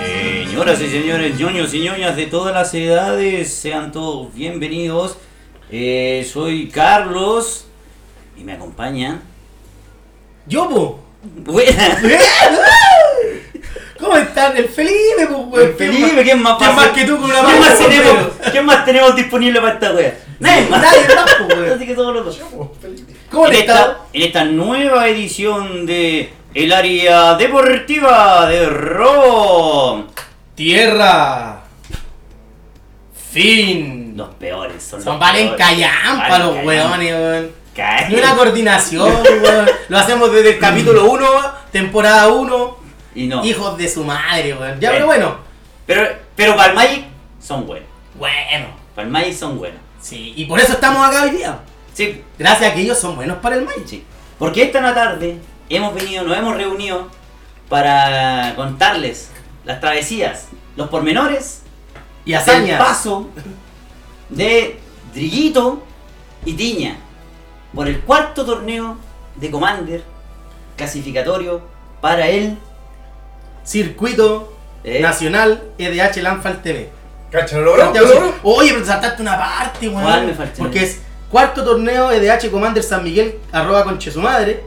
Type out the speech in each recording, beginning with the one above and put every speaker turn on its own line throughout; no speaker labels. Señoras y señores, ñoños y ñoñas de todas las edades, sean todos bienvenidos. Eh, soy Carlos y me acompaña.
Yo, po.
Buena.
¿Cómo están? El Felipe, po,
El
weón.
Felipe, ¿quién más
¿Quién
pasa?
más que tú con una
¿Quién
mano,
más
weón?
tenemos? ¿Quién más tenemos disponible para esta wea? Nadie más.
Nadie más, po, weón.
Así que todos los dos.
¿Cómo
en
le está?
esta, en esta nueva edición de El Área Deportiva de ROM.
Tierra. Fin.
Los peores son
Son
los
valen
peores.
callampa los
Valen callampa.
weones, weón.
Caen.
Ni una coordinación, weón. Lo hacemos desde el capítulo 1, temporada 1.
Y Mm. no. Eh.
Hijos de su madre, weón. Ya,
Bueno.
pero bueno.
Pero, pero para el Magic son buenos.
Bueno.
Para el Magic son buenos.
Sí, y por eso estamos acá hoy día.
Sí,
Gracias a que ellos son buenos para el Magic.
sí. Porque esta tarde hemos venido, nos hemos reunido para contarles las travesías, los pormenores,
Y
del
hazañas.
paso de Driguito y Tiña por el cuarto torneo de Commander clasificatorio para el
Circuito
Eh.
Nacional EDH Lanfal TV.
Cacha, lo logró, lo
Santiago
logró.
Sur. Oye, pero te saltaste una parte, weón.
¿Cuál me falté?
Porque es cuarto torneo EDH Commander San Miguel, arroba conche su madre.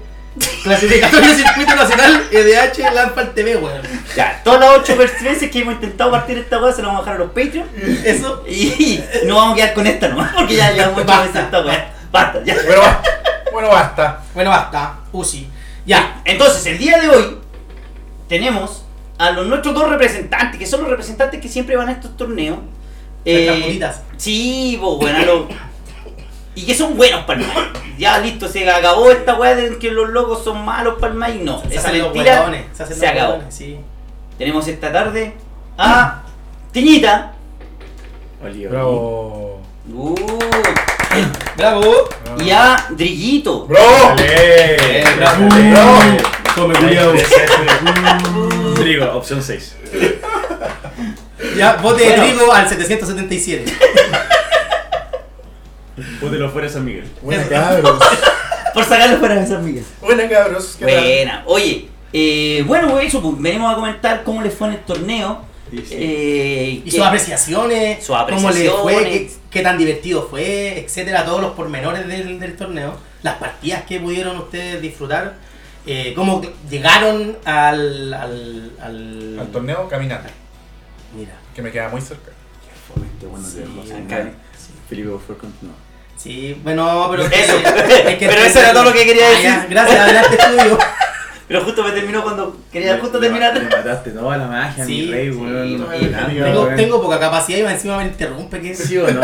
Clasificatorio Circuito Nacional EDH Lanfal TV, weón.
Ya, todas las ocho veces que hemos intentado partir esta weá se la vamos a dejar a los Patreon
Eso.
y no vamos a quedar con esta nomás porque ya llevamos ocho
Basta.
veces esta weá. Basta, ya.
Bueno, basta. Bueno, basta.
Bueno, basta. Uzi. Ya.
Entonces, el día de hoy tenemos a los nuestros dos representantes, que son los representantes que siempre van a estos torneos. Eh,
Nuestras putitas.
Sí, pues bueno, a los- Y que son buenos para el Magic. Ya listo, se acabó esta weá de que los locos son malos para el Magic. No,
Se
esa
hacen los
mentira
weones,
se,
hacen los
acabó.
weones, sí.
Tenemos esta tarde a Tiñita.
Bravo.
Uh,
Bravo.
y a Driguito.
Bravo.
Eh,
bravo.
Bravo.
Come culiao. Trigo, opción 6.
Ya, vote
Bueno.
de trigo al 777.
Pótelo fuera San Miguel.
Buena cabros.
Por sacarlo fuera de esas migas.
Buena cabros. ¿Qué tal?
Buena. Oye, eh, bueno, pues eso, pues, venimos a comentar cómo les fue en el torneo.
Sí, sí.
eh,
Y
que-
sus apreciaciones,
Sus
cómo le fue, qué,
apreciaciones.
qué tan divertido fue, etcétera, todos los pormenores del, del torneo, las partidas que pudieron ustedes disfrutar, eh, cómo llegaron al, al, al-
Al torneo caminando,
Mira,
que me queda muy cerca.
Qué bueno
Sí,
acá.
Felipe, por favor, continúa.
sí, bueno, pero
Eso. Pero eso era todo lo que quería
Ah, ya,
decir.
gracias, adelante estudio.
Pero justo me terminó cuando quería
Me-
justo
me- Me
terminar.
mataste toda la magia,
Sí,
mi rey,
sí,
weón.
no,
No,
y-
nada,
tengo,
weón.
tengo poca capacidad y más encima me interrumpe que
Sí o no.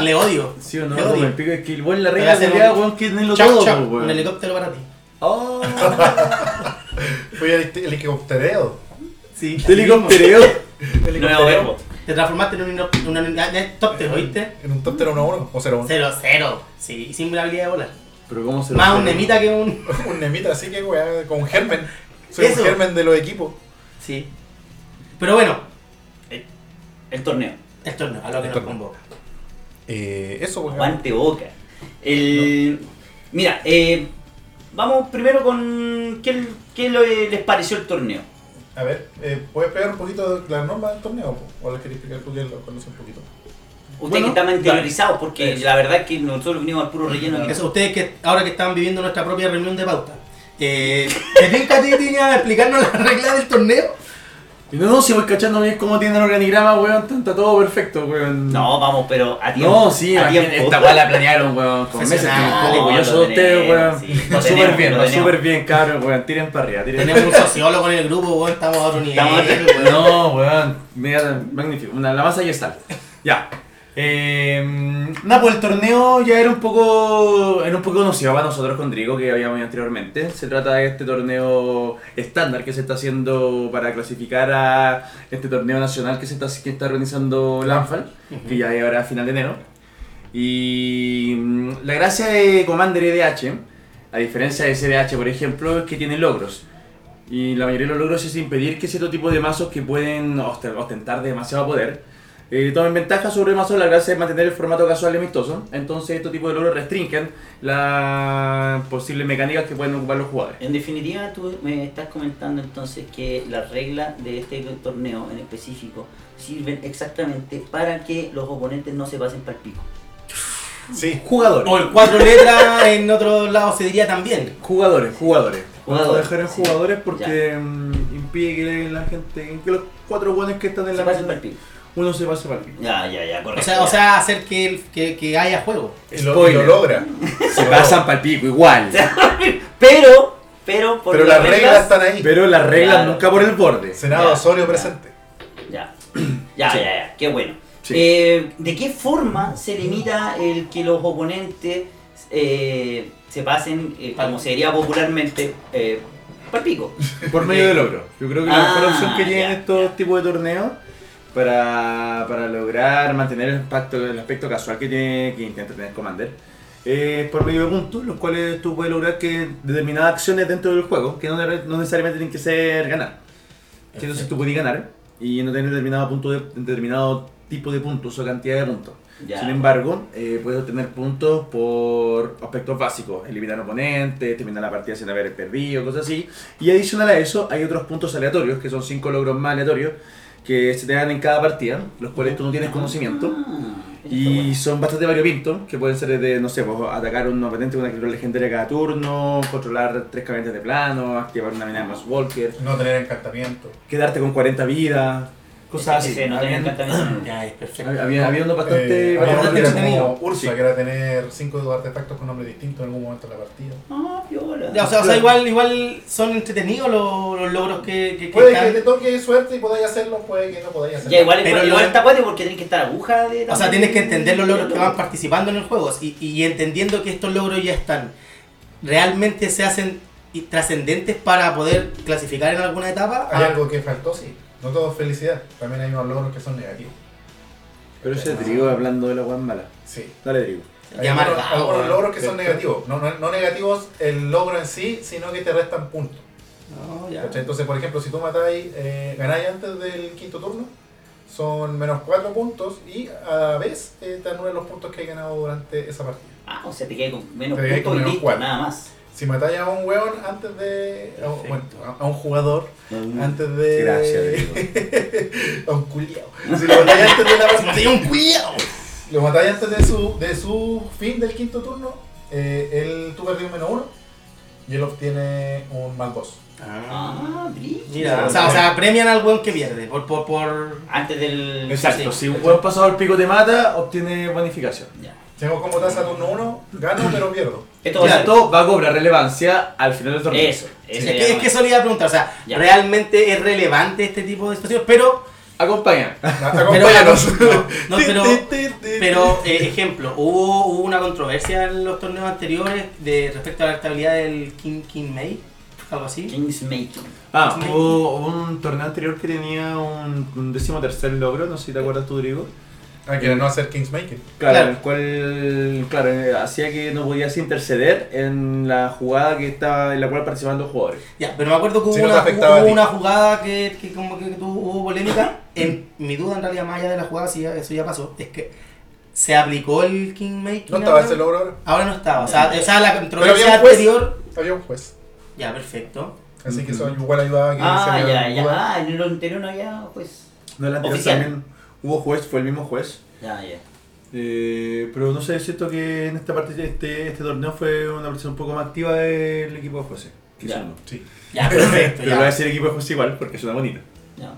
le odio.
Sí o no,
le
como
odio.
el pico es que el buen la
Voy a
regla
hacer
se queda,
un-
weón, que tenerlo
Chau,
todo,
chau,
pues,
weón.
un helicóptero para ti.
Oh,
Fui el, el helicóptereo.
Sí.
helicóptereo.
No me voy a ver.
Te transformaste en un hino- una unidad de helicóptero, ¿viste?
En un tóptero 1-1 o 0-1.
Cero, cero. Sí, sin la habilidad de volar.
Pero cómo se
Más
lo-
un nemita que un.
Un nemita, así que weá, con germen. Soy
Eso.
un germen de los equipos.
Sí. Pero bueno,
El torneo.
el torneo, a lo que
El
nos
torneo.
convoca.
Eh, eso, pues. cabrón.
Guante boca. El. Mira, eh, vamos primero con. ¿Qué, qué lo- les pareció el torneo?
A ver, eh, ¿puedes pegar un poquito de la norma del torneo? po? ¿O les quería explicar tú que lo conoce un poquito?
Ustedes
Bueno,
que están más interiorizados, porque
Eso.
la verdad es que nosotros vinimos al puro relleno. que-
Eso, ustedes que ahora que están viviendo nuestra propia reunión de pauta, eh, ¿te tinca a ti, Tiña, explicarnos las reglas del torneo?
Y No, no, si voy cachando bien cómo tiene el organigrama, weón. Está todo perfecto, weón.
No, vamos, pero a tiempo.
No, sí,
a
imagínate,
tiempo.
esta weá la planearon, weón. Con meses
Profesionales,
estoy orgulloso
lo
de ustedes,
tenemos,
weón.
sí, lo
Va súper
tenemos,
bien,
lo
va
tenemos.
súper bien, cabrón, weón. Tiren para arriba, tiren
Tenemos un sociólogo en el grupo, weón, estamos a otro nivel.
Estamos a otro-
weón.
No, weón. Mira, magnífico. Una, la masa ya está. Ya. Eh, nada, pues el torneo ya era un poco era un poco conocido para nosotros con Drigo que habíamos ido anteriormente. Se trata de este torneo estándar que se está haciendo para clasificar a este torneo nacional que se está, que está organizando Lanfal, que ya es ahora a final de enero. Y mm, la gracia de Commander E EDH, a diferencia de SDH por ejemplo, es que tiene logros. Y la mayoría de los logros es impedir que cierto tipo de mazos que pueden ost- ostentar demasiado poder Eh, tomen ventaja sobre Mazo, la gracia es mantener el formato casual y amistoso. Entonces, estos tipos de logros restringen las posibles mecánicas que pueden ocupar los jugadores.
En definitiva, tú me estás comentando entonces que las reglas de este torneo en específico sirven exactamente para que los oponentes no se pasen para el pico.
Sí.
Jugadores.
O el cuatro letras en otro lado se diría también.
Jugadores, jugadores.
Jugadores,
Vamos a dejar en
sí.
jugadores porque mm, impide que la gente, que los cuatro buenos que están en
Se
la
pasen para
mesa,
el pico.
uno se pase para el pico.
Ya, ya, ya, correcto.
O sea, o sea hacer que, el- que, que haya juego.
Y lo, y lo
Spoiler.
logra.
Se pasan para el pico igual.
pero, pero, por
Pero las reglas están ahí.
Pero las reglas
Claro.
nunca por el borde.
Senado
Ya,
Osorio
ya.
presente.
Ya, ya, ya, ya, qué bueno.
Sí.
Eh, ¿De qué forma se limita el que los oponentes eh, se pasen, eh, como se diría popularmente, eh, pa'l pico?
Por medio del logro. Yo creo que la mejor
Ah,
opción que tienen
ya,
estos
ya.
tipos de torneos para, para lograr mantener el, impacto, el aspecto casual que, tiene, que intenta tener Commander eh, es por medio de puntos, los cuales tú puedes lograr que determinadas acciones dentro del juego, que no, ne- no necesariamente tienen que ser ganar. Entonces tú puedes ganar y no tener determinado, punto de, determinado tipo de puntos o cantidad de puntos.
Ya.
Sin embargo, eh, puedes obtener puntos por aspectos básicos, eliminar oponentes, terminar la partida sin haber perdido, cosas así. Y adicional a eso, hay otros puntos aleatorios, que son cinco logros más aleatorios, que se te dan en cada partida, los cuales tú no tienes conocimiento.
Ah, eso está
Y
bueno.
son bastante variopintos, que pueden ser de, no sé, pues, atacar a un oponente con una criatura legendaria cada turno, controlar tres caminantes de plano, activar una mina de más Walker,
No tener encantamiento.
quedarte con 40 vidas, cosas así.
Ese Este, no tenía
Habían-
encantamiento.
Ya, es
había,
perfecto.
había, había uno bastante,
Eh, había
bastante
uno que era
entretenido.
como Ursa,
Sí.
que era tener cinco artefactos con nombres distintos en algún momento de la partida.
Ah, piola.
Ya, o sea, o sea, igual, igual son entretenidos los, los logros que, que- que
Puede que
están.
te toque suerte y podáis hacerlo, puede que no podáis hacerlo.
Ya, igual,
Pero
igual,
lo-
igual está bueno porque tienes que estar aguja de...
O sea, tienes que entender los logros que van participando en el juego y, y entendiendo que estos logros ya están. Realmente se hacen y- trascendentes para poder clasificar en alguna etapa.
Hay
Ah,
algo que faltó, sí. No todo es felicidad. También hay unos logros que son negativos.
Pero ese trigo hablando de la guan mala.
Sí.
Dale, trigo.
Hay
Qué
algunos,
amargado,
algunos
weón.
logros que son negativos. No, no, no negativos el logro en sí, sino que te restan puntos.
no, ya.
¿cachai? Entonces, por ejemplo, si tú matáis, eh, ganáis antes del quinto turno, son menos 4 puntos y a la vez eh, te anulan los puntos que hay ganado durante esa partida.
Ah, o sea, te quedas con menos
Te quedas con
puntos y
menos
listo,
cuatro.
nada más.
Si matáis a un weón antes de. A, un- bueno,
Perfecto.
a- a un jugador antes
Eh,
de.
Gracias, trigo.
a un culiao. Si lo matáis antes de la partida.
Tenía un cuidado.
Lo matáis antes de su, de su fin del quinto turno. eh, él, tú perdí un menos uno y él obtiene un más dos.
Ah, brillo.
Mira, o sea, o sea, premian al weón que pierde por, por, por-
Antes del...
Exacto,
Sí,
si un buen pasado el pico te mata, obtiene bonificación.
Ya.
Tengo como tasa turno uno, gano pero pierdo.
Esto va a
Ya,
ser-
todo va a cobrar relevancia al final del torneo.
Eso.
Es
ese
que, es que eso le iba a preguntar, o sea,
Ya.
realmente es relevante este tipo de situaciones, pero,
Acompaña.
pero,
Acompáñanos.
no, pero, pero, eh, ejemplo, hubo, hubo una controversia en los torneos anteriores de respecto a la estabilidad del King King May, algo así.
Kingsmaking.
Ah, hubo un torneo anterior que tenía un, un décimo tercer logro, no sé si te acuerdas tú, Drigo.
Ah, quiere no hacer Kingsmaker.
Claro,
Claro.
el cual claro, eh, hacía que no podías interceder en la jugada que estaba, en la cual participaban los jugadores.
Ya, pero me acuerdo que hubo,
Si no te
una,
afectaba a
hubo
ti.
una jugada que, que como que tuvo hubo polémica. En, mi duda en realidad más allá de la jugada, si ya- eso ya pasó, es que se aplicó el King May.
No estaba ese logro ahora.
Ahora no estaba. O sea, o sea, la
había
controversia
un juez.
anterior.
Había un juez.
Ya, perfecto.
pues. Así que
Mm-hmm.
eso
Ujú.
igual ayudaba a que
Ah,
se
ya,
vea
ya.
duda.
Ah, en el anterior no había, pues.
No, el anterior
Oficial.
también hubo juez, fue el mismo juez.
Ya, ya.
Eh, pero no sé, es cierto que en esta parte, este, este torneo fue una participación un poco más activa del equipo de José. que
Ya.
hizo uno.
Sí.
Ya, perfecto.
Pero voy a
ya.
decir equipo de José igual porque suena bonito.
ya.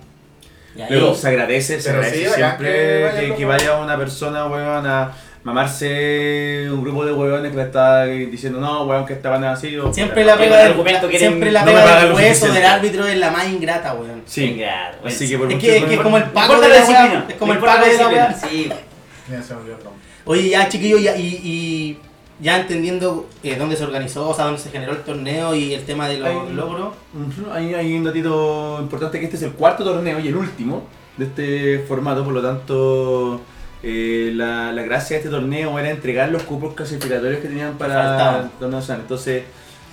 Ya,
Luego,
y-
se agradece, se
Pero
agradece
sí, bacán
siempre
que vayan
que,
los
que vaya una persona, weón, a mamarse un grupo de weones que le está diciendo, no, weón, que estaban así. o-
Siempre la
Porque
pega
con
del,
argumento quieren-
siempre la
no
pega
me pagan
del
lo
juez o del
suficiente.
árbitro es la más ingrata, weón.
Sí.
Venga, bueno.
Así que por
Es
mucho
que- es que es como el
No
pago
importa la
de la weá,
disciplina.
es como
no
el
importa
pago
la
de la
disciplina,
weá.
Sí.
Mira, se me olvidó el nombre.
Oye, ya, chiquillos, ya- y, y ya entendiendo eh, dónde se organizó, o sea, dónde se generó el torneo y el tema de los
Ahí.
logros.
Ujú, Hay, hay un datito importante que este es el cuarto torneo y el último de este formato, por lo tanto eh, la, la gracia de este torneo era entregar los cupos clasificatorios que tenían para
Faltaban.
el torneo de San. Entonces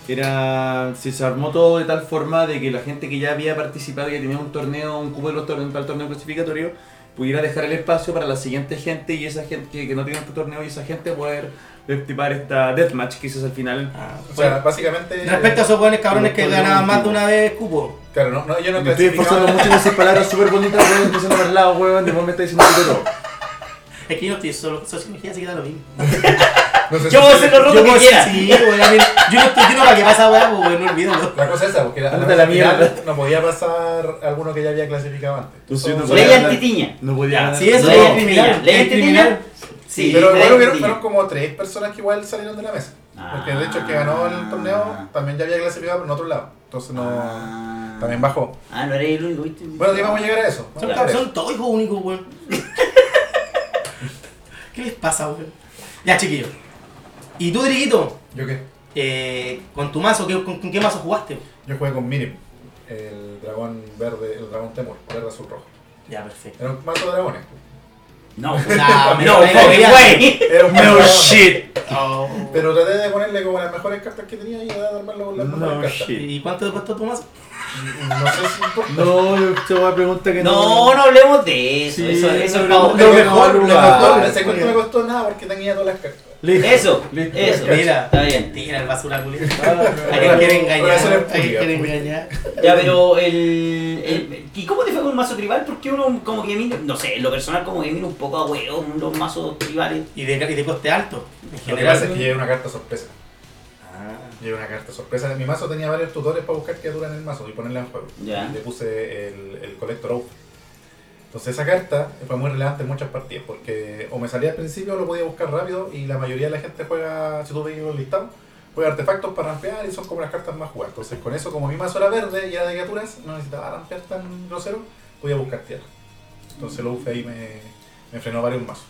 era si se armó todo de tal forma de que la gente que ya había participado y ya tenía un torneo, un cupo de los torneos para el torneo clasificatorio pudiera dejar el espacio para la siguiente gente y esa gente que, que no tiene este torneo y esa gente poder activar esta deathmatch quizás al final.
Ah,
O
bueno.
sea, básicamente.
Respecto a esos buenos cabrones
no
que
podría
ganaban más de
mentir.
una vez cupo.
Claro, no, no, yo no
Me estoy
clasificaba-
esforzando mucho en decir palabras súper bonitas, weón, empezando por el lado, weón, de momento me está diciendo que todo.
Es que yo no estoy solo, sociología se queda lo mismo.
no sé
Yo voy a
si-
hacer lo roto
Yo
que
puedo
quiera.
sí, güey, a mí- yo no estoy, yo no para qué pasa, weá, pues, güey, no olvídalo.
La cosa es esa, porque la,
Anda
la,
la
final
mierda.
no podía pasar alguno que ya había clasificado antes.
Tú sí, no
Entonces,
podía
Ley
hablar.
antitiña.
No podía. ganar.
Sí, eso
Ley
es
antitiña.
criminal.
Ley
es
antitiña.
criminal.
Sí,
pero
ley
bueno, vieron,
antitiña.
fueron como tres personas que igual salieron de la mesa. Porque de hecho el que ganó
Ah.
el torneo también ya había clasificado en otro lado. Entonces no.
Ah.
También bajó.
Ah, no eres el único, ¿viste?
Bueno, sí, vamos a llegar a eso. Vamos a
Son,
llegar a eso.
son todos hijos únicos, weón. ¿Qué les pasa, weón? Ya, chiquillos. ¿Y tú, Driguito?
¿Yo qué?
Eh, ¿Con tu mazo? ¿Qué- con, con qué mazo jugaste?
Yo jugué con Minim, el dragón verde, el dragón Temur, verde azul rojo.
Ya, perfecto.
Era un mazo de dragones.
No, pues, ah,
Nah, me-
no,
me- me-
güey.
Era un mazo de
No
dragones.
shit.
Oh.
Pero traté de ponerle como las mejores cartas que tenía y de armarlo con las mejores
No
cartas.
shit.
¿Y cuánto te costó tu mazo?
No sé si importa.
No, yo te voy a preguntar que
No, no hablemos de eso.
Sí,
eso, eso es
pero-
pavo.
Lo
Lo
mejor,
mejor,
lo
mejor.
Ese cuento me costó nada porque tenía todas las cartas.
Listo,
Eso,
listo.
eso.
Mira.
Está bien.
Tira el basura, culero.
Ah,
¿A quién quiere engañar?
Relaciones
¿A quién quiere
públicas.
engañar?
Ya, pero el, el- ¿Y cómo te fue con el mazo tribal? Porque uno como que mira, no sé, en lo personal como que mira un poco a huevo los mazos tribales.
Y de, y de coste alto. En
Lo que pasa es
general.
que llevé una carta sorpresa.
Ah.
Llevé una carta sorpresa. Mi mazo tenía varios tutores para buscar criaturas en el mazo y ponerla en juego.
Ya.
Y le puse el, el Collector Oath. Entonces esa carta fue muy relevante en muchas partidas porque o me salía al principio o lo podía buscar rápido y la mayoría de la gente juega, si tú ves los listados, juega artefactos para rampear y son como las cartas más jugadas. Entonces con eso, como mi mazo era verde y era de criaturas, no necesitaba rampear tan grosero, podía buscar tierra. Entonces el Oath ahí me, me frenó varios mazos.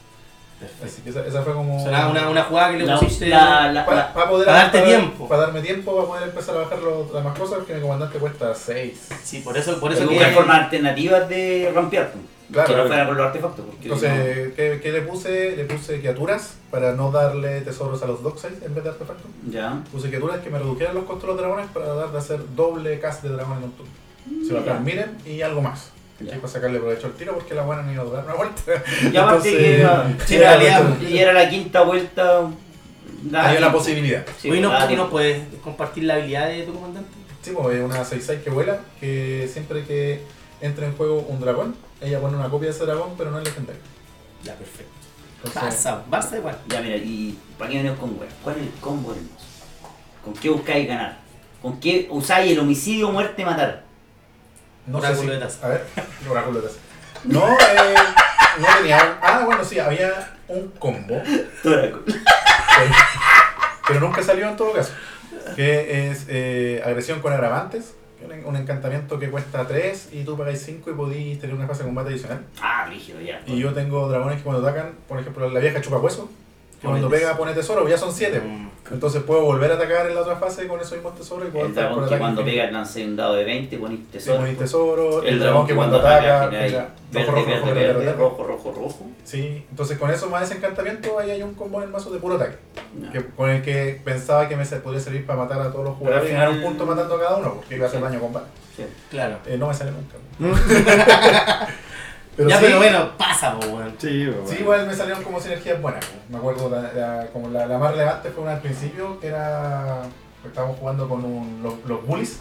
Así que esa, esa fue como...
Sonaba una, una jugada que le
La-
pusiste.
la- la-
Para,
la-
para poder
para darte
para-
tiempo.
Para darme tiempo, para poder empezar a bajar los- las más cosas, porque mi comandante cuesta 6.
Sí, por eso, por
Hay que
eso que.
buscar formas alternativas de rampear. pues.
Claro,
que no
claro.
fuera por los artefactos. Porque
Entonces, ¿qué, qué le puse? Le puse criaturas para no darle tesoros a los Doxides en vez de artefactos.
no. Ya.
Puse criaturas que me redujeran los costos de los dragones para dar de hacer doble cast de dragones nocturnos. Se va a
Ya.
dar miren y algo más.
Ya.
¿Cachai? Para sacarle provecho al tiro porque la buena no iba a durar una vuelta.
Y aparte que era,
Entonces,
Sí, en realidad,
era-
y era la quinta vuelta. da
Había una
tiempo.
posibilidad.
Sí,
hoy, no,
da
hoy no
tiempo.
puedes compartir la habilidad de tu comandante.
Sí, pues es una 6-6 que vuela, que siempre que entra en juego un dragón, ella pone una copia de ese dragón, pero no es legendario.
Ya, perfecto.
Entonces,
Barça, Barça igual.
Ya, mira, y ¿para qué venimos con weas? ¿Cuál es el combo del mazo? ¿Con qué buscáis ganar? ¿Con qué usáis el homicidio, muerte, matar?
no sé
Oráculo
si...
de Taza.
A ver, oráculo de Taza. No, eh, no tenía... Ah, bueno, sí, había un combo, pero, pero nunca salió en todo caso, que es eh, agresión con agravantes, que es un- un encantamiento que cuesta 3 y tú pagáis 5 y podéis tener una fase de combate adicional.
Ah, rígido, ya.
Y yo tengo dragones que cuando atacan, por ejemplo, la vieja chupa hueso, que cuando
Pones-
pega pone tesoro, ya son 7.
Mm.
Entonces puedo volver a atacar en la otra fase con esos mismos tesoros y puedo
El
atacar con
dragón que
ataque
cuando
infinito.
pega lancé un dado de 20, ponís
Sí,
tesoro.
con el tesoro,
El dragón que cuando ataca, generáis
o sea,
verde,
rojo,
verde,
rojo,
verde,
verde, verde.
rojo, rojo, rojo.
Sí, entonces con eso más ese encantamiento ahí hay un combo en el mazo de puro ataque,
Ya.
que- con el que pensaba que me se- podría servir para matar a todos los
Pero al
jugadores y ganar un
final-
punto matando a cada uno, porque iba a hacer
Sí.
daño a combate.
Sí.
Claro.
Eh, no me sale nunca.
ya,
sí,
pero bueno, pasa, po, weón.
Sí,
Sí, igual me salieron como sinergias buenas. como- Me acuerdo, la- la- como la, la más relevante fue una al principio, que era... Estábamos jugando con un- los, los bullies.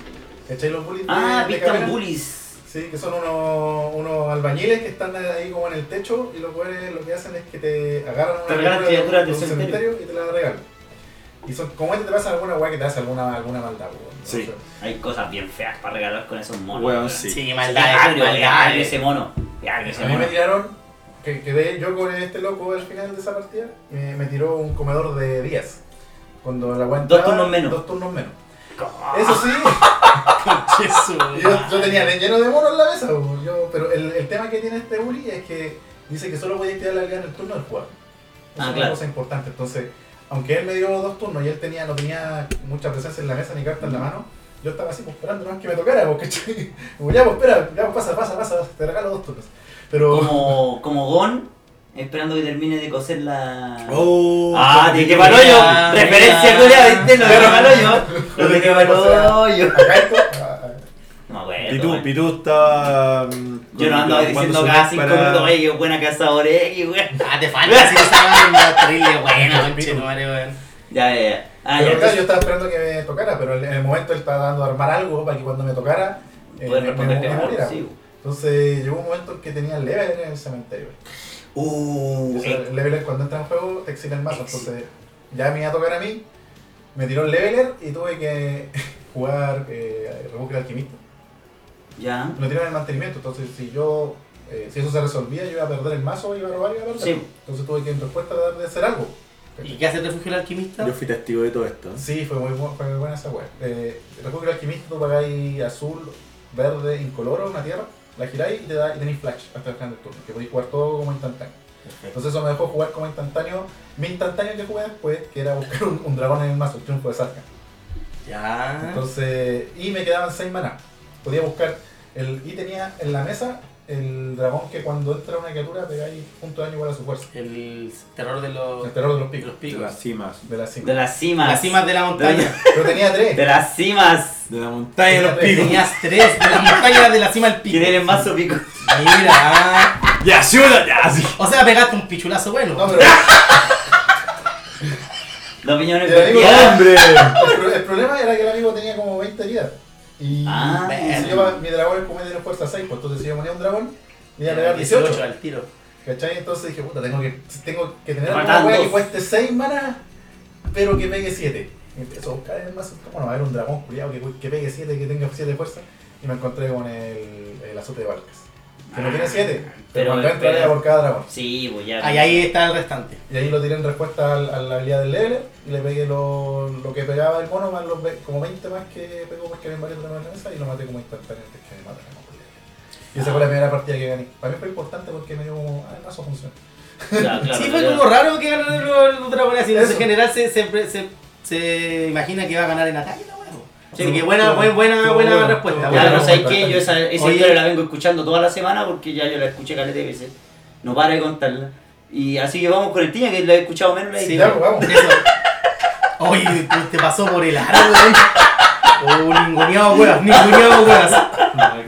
¿Cachai los bullies? de-
Ah,
de
Victor
Caverna?
Bullies.
Sí, que son unos, unos albañiles que están ahí como en el techo y los cuales lo que hacen es que te agarran
Te regalan criaturas
de
del
un
cementerio.
y te la regalan. Y son, como este te pasa alguna weá que te hace alguna, alguna maldad, weón.
Sí.
Entonces,
Hay cosas bien feas para regalar con esos monos.
Weón,
weón.
sí. eh.
Sí,
Ya,
maldad,
agrio, ya, agrio
maldad.
ese mono. Ya, agrio ese
a mí
mono.
me tiraron, que quedé yo con este loco al final de esa partida, y me, me tiró un comedor de días. Cuando la weá
Dos
entraba,
turnos menos.
Dos turnos menos.
Ah,
Eso sí, yo, yo tenía de lleno de monos en la mesa, weón. Yo- pero el, el tema que tiene este Uri es que dice que solo podía tirar la habilidad en el turno del jugador. Esa
Ah,
es
claro.
una cosa importante. Entonces, aunque él me dio dos turnos y él tenía, no tenía mucha presencia en la mesa ni carta en la mano, yo estaba así pues, esperando no es que me tocara, porque ya pues espera, ya pues, pasa, pasa, pasa, te regalo dos turnos. Pero
Como, como Gon, esperando que termine de coser la.
Oh,
Ah,
qué
de que palo yo.
mira,
Referencia,
mira.
culia, viste, lo de que
Claro.
palo yo. Lo de que palo yo.
acá esto, ah, ah,
No, bueno.
Pitu, Pitu está mm,
Yo no ando diciendo cada cinco minutos, oye, qué buena cazador X, weón.
Ah, te falta decir esa weá, una trilla buena, conchetumare, weón.
Ya, ya, ya. Ah,
Pero,
ya,
claro,
entonces-
yo estaba esperando que me tocara, pero en el momento él estaba dando a armar algo para que cuando me tocara eh,
Poder
me- me,
responder
me
claro,
muriera. pues.
sí.
Entonces llegó un momento en que tenía leveler en el cementerio.
Uh,
O sea, el leveler cuando entra en juego te exila el mazo.
Exil.
Entonces ya me iba a tocar a mí, me tiró el leveler y tuve que jugar eh, Rebusque del Alquimista.
ya.
Me tiraron el mantenimiento, entonces si yo, eh, si eso se resolvía, yo iba a perder el mazo, iba a robar y iba a perder.
Sí.
Entonces tuve que en respuesta dar de hacer algo.
¿Y qué hace el refugio del alquimista?
Yo fui testigo de todo esto.
Sí, fue muy bu- fue buena esa weá. Eh, Refugio del alquimista, tú pagáis azul, verde, incoloro, una tierra, la giráis y, te da, y tenéis flash hasta el final del turno, que podéis jugar todo como instantáneo. Entonces eso me dejó jugar como instantáneo. Mi instantáneo que jugué después, que era buscar un, un dragón en el mazo, el triunfo de Sarka.
Ya.
Entonces, y me quedaban 6 maná. Podía buscar, el, y tenía en la mesa el dragón que cuando entra una criatura pegáis punto de daño igual a su fuerza.
El terror de los,
El terror de los
de
picos.
los
De
picos.
las cimas.
De la cima.
De las cimas.
Las cimas de la montaña.
Pero tenía
De
3.
las cimas.
De la montaña de los
Sí.
picos.
Tenías tres de la montaña de la cima del pico.
¿Quién eres más pico?
Mira.
Ya, sí, bueno, ya, sí.
O sea, pegaste un pichulazo bueno.
No, pero
Dos piñones
Ya digo,
cualquiera.
¡Hombre!
el, pro- el problema era que el amigo tenía como 20 heridas. Y,
Ah,
y si
bueno.
yo, mi dragón es como de la fuerza 6, pues entonces si yo ponía un dragón, me iba a pegar 18.
18 al tiro.
¿Cachai? Entonces dije, puta, tengo que, tengo que tener
Faltan
una weá que
dos.
cueste 6 manas, pero que pegue 7. Y empiezo a buscar en el mazo, ¿cómo no va a haber un dragón culiado que, que pegue 7, que tenga 7 de fuerza? Y me encontré con el, el azote de Valkas. Que no tiene 7, pero,
pero-
cuando entra
pero-
era por cada dragón.
Sí, pues ya.
Ahí, ahí está el restante.
Y ahí lo tiré en respuesta al- a, la habilidad del leveler y le pegué lo, lo que pegaba el mono, más los ve- como 20 más que pegó porque había varios dragones en la mesa y lo maté como instantáneamente que me mataron. Y esa fue la primera partida que gané. Para mí fue importante porque me dio como, ah, el mazo funciona.
Ya, claro,
sí, fue
ya.
como raro que ganaron los, los dragones así. En
Eso.
general se, se, se, se imagina que va a ganar en ataque. la wea, po.
Sí,
Así que
tú-
buena,
tú-
buena, buena,
tú-
buena
tú-
respuesta.
tú-
Ya,
buena
pero
Bueno,
¿sabes
bueno,
qué? Yo esa, esa
pues, Oye.
historia la vengo escuchando toda la semana porque ya yo la escuché caleta de veces. No para de contarla. Y así que vamos con el tiña que la he escuchado menos. la he
Sí,
Ya, pues, vamos.
Eso. Oye, tú te pasó por el aro, weón. Oh, ninguneado, weón. Ninguneado, weón.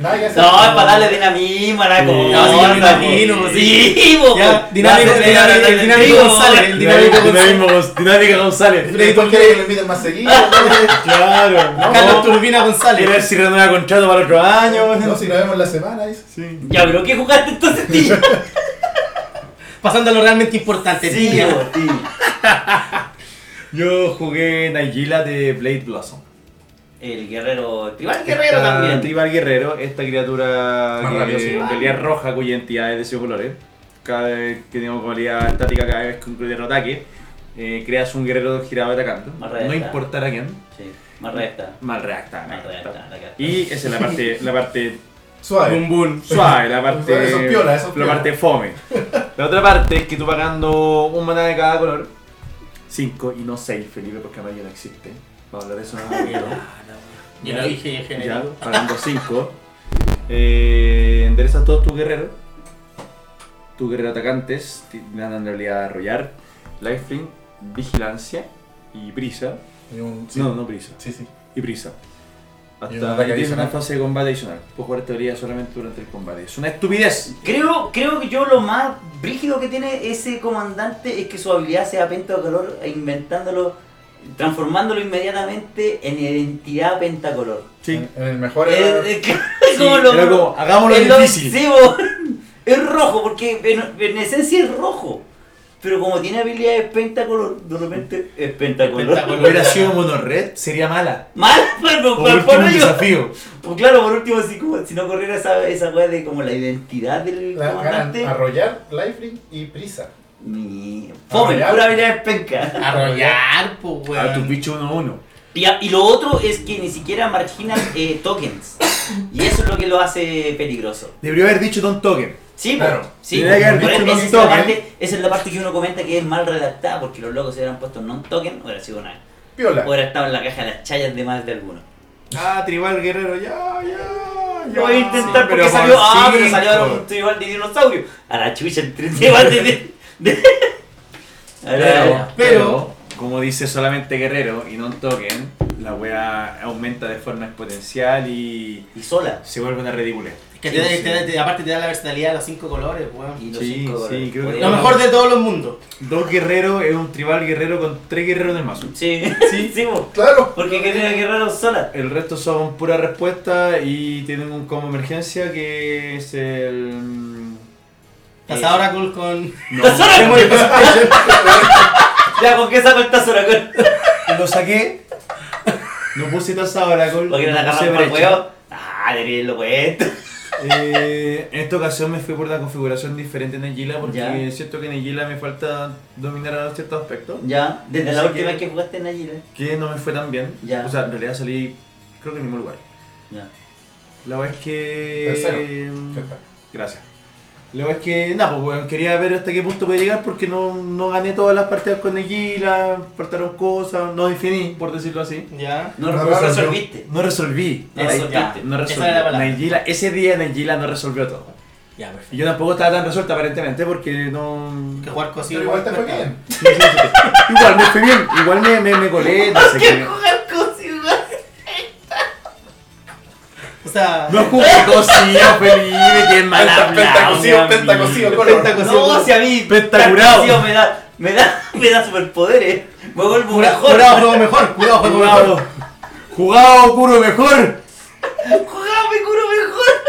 Nada que hacer.
No, es para darle dinamismo a la
No, sí, yo me
cosa.
imagino, pues,
po.
sí.
Sí, po.
Ya, dinámico,
Dale,
dinámico,
dale, dale,
dinámico
dale,
González,
dale.
el dinámico
Dinamismo Gonz- Dinámica González.
¿Y por qué que lo inviten más seguido? No,
Claro.
Carlos
No,
Turbina
Quiere ver
González.
si renueva contrato para el otro
no,
año.
si lo vemos la semana, dice.
Sí.
Ya, pero ¿qué jugaste entonces, tiña?
Pasando a lo realmente importante.
Sí,
tío.
po, tiña.
Yo jugué Nigella de Blade Blossom.
El guerrero, el tribal guerrero
Esta
también.
Tribal guerrero, esta criatura
Más
que-
rabiosa.
pelea roja cuya entidad es de sus colores. Cada vez que tengo como habilidad estática, cada vez que un guerrero ataque, eh, creas un guerrero girado atacando.
Más rabiosa.
No importará quién.
Sí, más recta.
Mal reacta.
Más recta, la carta.
Y esa es la parte, la parte
Suave.
bum.
suave, la parte,
Eso es piola, eso es
la
piola.
parte fome. La otra parte es que tú pagando un maná de cada color, 5 y no 6, Felipe, porque amarillo no existe. Vamos a hablar de eso en un momento.
Yo lo dije en
Ya,
general.
pagando 5. Eh, enderezas todos tus guerreros. Tus guerreros atacantes ti- ganan la habilidad de arrollar, lifelink, vigilancia y prisa.
Y un- sí.
No, no prisa.
Sí, sí.
Y prisa. Hasta
Y un ataque
y tiene una
adicional.
fase de combate adicional. Puedes jugar esta habilidad solamente durante el combate. Es una estupidez.
Creo, creo que yo lo más brígido que tiene ese comandante es que su habilidad sea pentacolor e inventándolo, transformándolo inmediatamente en identidad pentacolor.
En, en el mejor
Es,
era.
es que- como
Sí,
lo-
era como, hagámoslo
es lo-
difícil.
sí, bo- es rojo, porque en, en esencia es rojo. Pero como tiene habilidades pentacolor, de repente es pentacolor.
Pentacolor.
Hubiera sido monorred, sería mala.
Mal, pero
O
por,
último
por ello.
desafío.
Pues claro, por último, así como, si no corriera esa, esa weá de como la identidad del
la- ganan
comandante.
arrollar, lifelink y prisa.
Ni- Fome,
Arrollar.
pura habilidad de penca.
Arrollar, pues,
A Ah, tu
weón.
bicho 1-1.
Y, a- y lo otro es que ni siquiera marginan eh, tokens. Y eso es lo que lo hace peligroso.
Debería haber dicho Don Token.
Sí,
Claro.
po, sí.
Tendría que haber
por
dicho
ejemplo,
non
esa, es la
token.
parte, esa es la parte que uno comenta que es mal redactada, porque los locos se hubieran puesto non-token, hubiera sido una.
Piola.
Hubiera estado en la caja de las chayas de más de alguno.
Ah, tribal guerrero, ya, ya. ya.
Yo voy a intentar
Sí,
porque
pero
salió.
por
Ah, pero
cinco.
salió ahora un tribal de dinosaurio. A la chucha, el tri- tribal de. de, de- A ver, a ver.
Pero, pero, como dice solamente guerrero y no toquen, la wea aumenta de forma exponencial y
Y sola.
se vuelve una ridícula.
Que te, te- te- te- aparte te da la versatilidad de los cinco colores, weón.
Y eh, los
Sí,
cinco
sí,
dólares.
creo que-
Oye,
Lo mejor de todos los mundos.
Dos guerreros es un tribal guerrero con tres guerreros en el mazo.
Sí, sí, po,
Claro.
porque quería guerrero sola.
El resto son pura respuesta y tienen un combo emergencia que es el. mm,
Casa Oracle con.
No,
Memory Preservation.
Ya, ¿con qué saco el tazo la Porque
lo saqué. No puse tasa Oracle.
no la
no puse
agarran para el
brecha.
huevo. Ah, debería irlo puesto.
Eh, en esta ocasión me fui por una configuración diferente en Gila porque
Ya.
es cierto que en Gila me falta dominar a ciertos aspectos.
Ya, desde la
Así
última
que-
vez que jugaste en Agile.
Que no me fue tan bien.
Ya.
O sea, en realidad salí creo que en el mismo lugar.
Ya.
La verdad es que. em,
Tercero.
Gracias. La verdad es que, nada, pues weón, quería ver hasta qué punto podía llegar porque no, no gané todas las partidas con Neguila, faltaron cosas, no definí, por decirlo así.
Ya.
No,
No,
no
no,
resolviste.
No resolví.
No
Era-
resolviste.
Esa era
No
la
resolví.
palabra.
Neguila- ese día Neguila no resolvió todo.
Ya,
Y
perfecto.
yo tampoco estaba tan resuelta aparentemente porque no...
Que jugar cosido.
Pero igual te fue bien.
Sí, sí, sí. Igual me fue bien, igual me, me, me colé, no sé qué.
jugar cosas?
O sea.
No jugué cosido, Felipe, qué mal
Penta-
hablado.
pentacosido,
mi amigo.
pentacosido, color.
No, si a mí.
Pentacurado.
Tarcísio Me da, me da, me da superpoderes. Me vuelvo
Cura-
mejor.
Curado juego mejor, curado juego
Jugado.
mejor.
Jugado, puro mejor.
Jugaba, me curo mejor.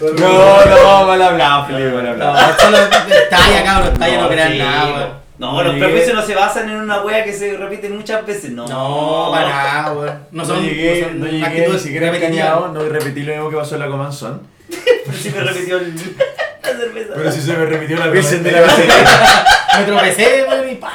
No, no, mal hablado, Felipe, mal hablado.
No, solo talla, cabrón, talla no crean
sí,
nada,
po.
weón.
No, los
Llegué.
prejuicios no se basan en una wea que se repite muchas veces. No.
No, para nada, weón. No son,
llegué,
son
no llegué, ni
actitudes
siquiera
repetitivas.
engañado, no repetí lo mismo que pasó en la Comanzón.
Pero sí me repitió el- la cerveza.
Pero sí se me repitió la
Virgen
Virgen
de la
de la
Me tropecé, weón, y pa.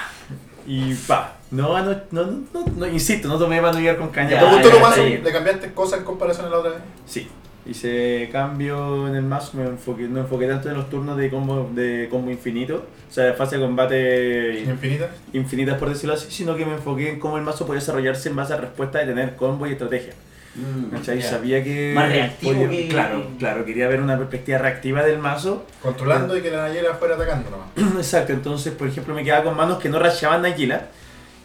Y pa. No, no, no, no, no, no, insisto, no tomé para no llegar con caña. Eh,
Ya,
¿Te gustó
ya,
lo
ya,
más?
sí.
¿Le cambiaste cosas en comparación a la otra vez?
Sí. Hice cambio en el mazo, me enfoqué, no enfoqué tanto en los turnos de combo, de combo infinito, o sea, de fase de combate
¿Infinita?
infinitas por decirlo así, sino que me enfoqué en cómo el mazo podía desarrollarse en base a respuesta de tener combo y estrategia.
Mm.
¿Cachai?
Ya.
Sabía que.
Más reactivo
podía-
que-
Claro, claro, quería ver una perspectiva reactiva del mazo.
Controlando y que la Nayera fuera atacando nomás.
Exacto, entonces, por ejemplo, me quedaba con manos que no rayaban Nagila,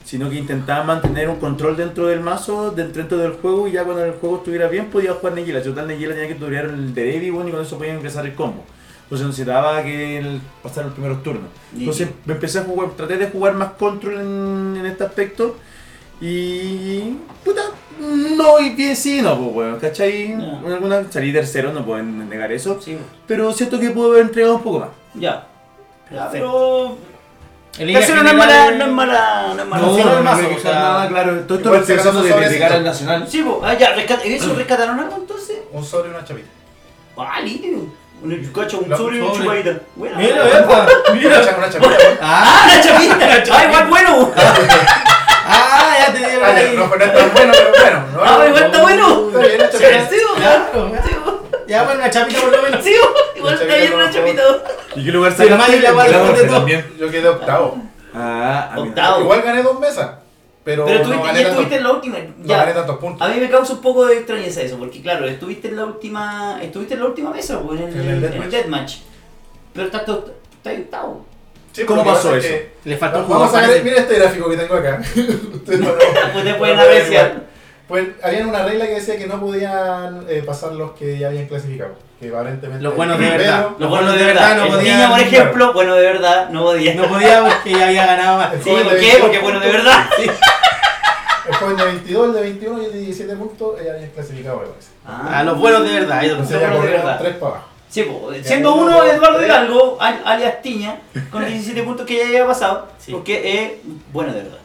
sino que intentaba mantener un control dentro del mazo, de- dentro del juego, y ya cuando el juego estuviera bien podía jugar Nagila. Yo tal Nagila tenía que turear el Derevi, bueno, y con eso podía empezar el combo. Entonces necesitaba que el- pasar los primeros turnos. Entonces me empecé a jugar, traté de jugar más control en, en este aspecto. Y. puta, no, y bien sí, no, pues, weón, ¿cachai?
Ya.
En alguna, salí tercero, no pueden negar eso.
Sí,
Pero siento que puedo haber entregado un poco más.
ya. Ya,
Perfecto.
pero.
En líneas
Tercero no es mala,
generales-
no es mala, no es mala.
No,
opción.
no, no,
me
o
quejar
sea,
nada, claro. Todo esto
igual
lo
se
estoy
ganó
tratando de
sobrecito.
criticar al Nacional.
Sí, po. Ah, ya, rescata. ¿Eso rescataron algo entonces?
Un sobre y una chapita.
Ah, lindo. Un cacho, un
No,
sobre y un
sobre.
chupadita. Buena.
Mira,
eh.
epa,
Una
mira.
cha- una chapita.
¡Ah,
Ah,
la chapita! ¡Ah, igual bueno!
ah, ya te dieron
Ah, ya,
ahí.
no, pero no es tan bueno, pero bueno. No,
¡Ah, igual está bueno!
Está bien, la
Sí,
chapita.
sí, po.
Claro,
Sí, po.
Ya, bueno, una chapita por lo menos.
Sí, po. igual
La
está bien
chapita
una
no,
chapita.
¿Y qué lugar
sacaste?
sacaste?
El ganador fue
también.
Yo quedé octavo.
Ah, a mí-
Octavo.
Igual gané dos mesas. Pero,
Pero
no,
tuviste,
gané
ya
tantos-
estuviste en la última.
no gané
Ya.
tantos puntos.
A mí me causa un poco de extrañeza eso, porque claro, estuviste en la última. Estuviste en la última mesa, po, en el,
En el
en el Deathmatch. Pero estás oct- estás octavo.
Sí,
¿Cómo
porque
pasó
pasa
eso?
que-
Le faltó un jugador
Vamos a
parece.
ver, mira este gráfico que tengo acá. Ustedes no lo-
Ustedes
no
pueden
lo pueden
apreciar.
ver. Pues habían una regla que decía que no podían eh, pasar los que ya habían clasificado. Que aparentemente.
Los buenos de
Pero-
verdad.
Los buenos de verdad,
no
el
podían-
niño, por ejemplo, bueno de verdad, no podía.
No podía porque ya había ganado más.
Sí, ¿por qué? Porque bueno de verdad.
El joven de 22, el de 21 y el de 17 puntos eh, ya habían clasificado. me parece.
A Ah, los buenos de verdad. ellos
Entonces
Los
ya
buenos de
corrieron
verdad.
tres para abajo.
Sí, po, siendo
uno,
uno
dos,
Eduardo
tres.
Hidalgo, al- alias Tiña, con 17 puntos que ya había pasado,
Sí.
porque es bueno de verdad.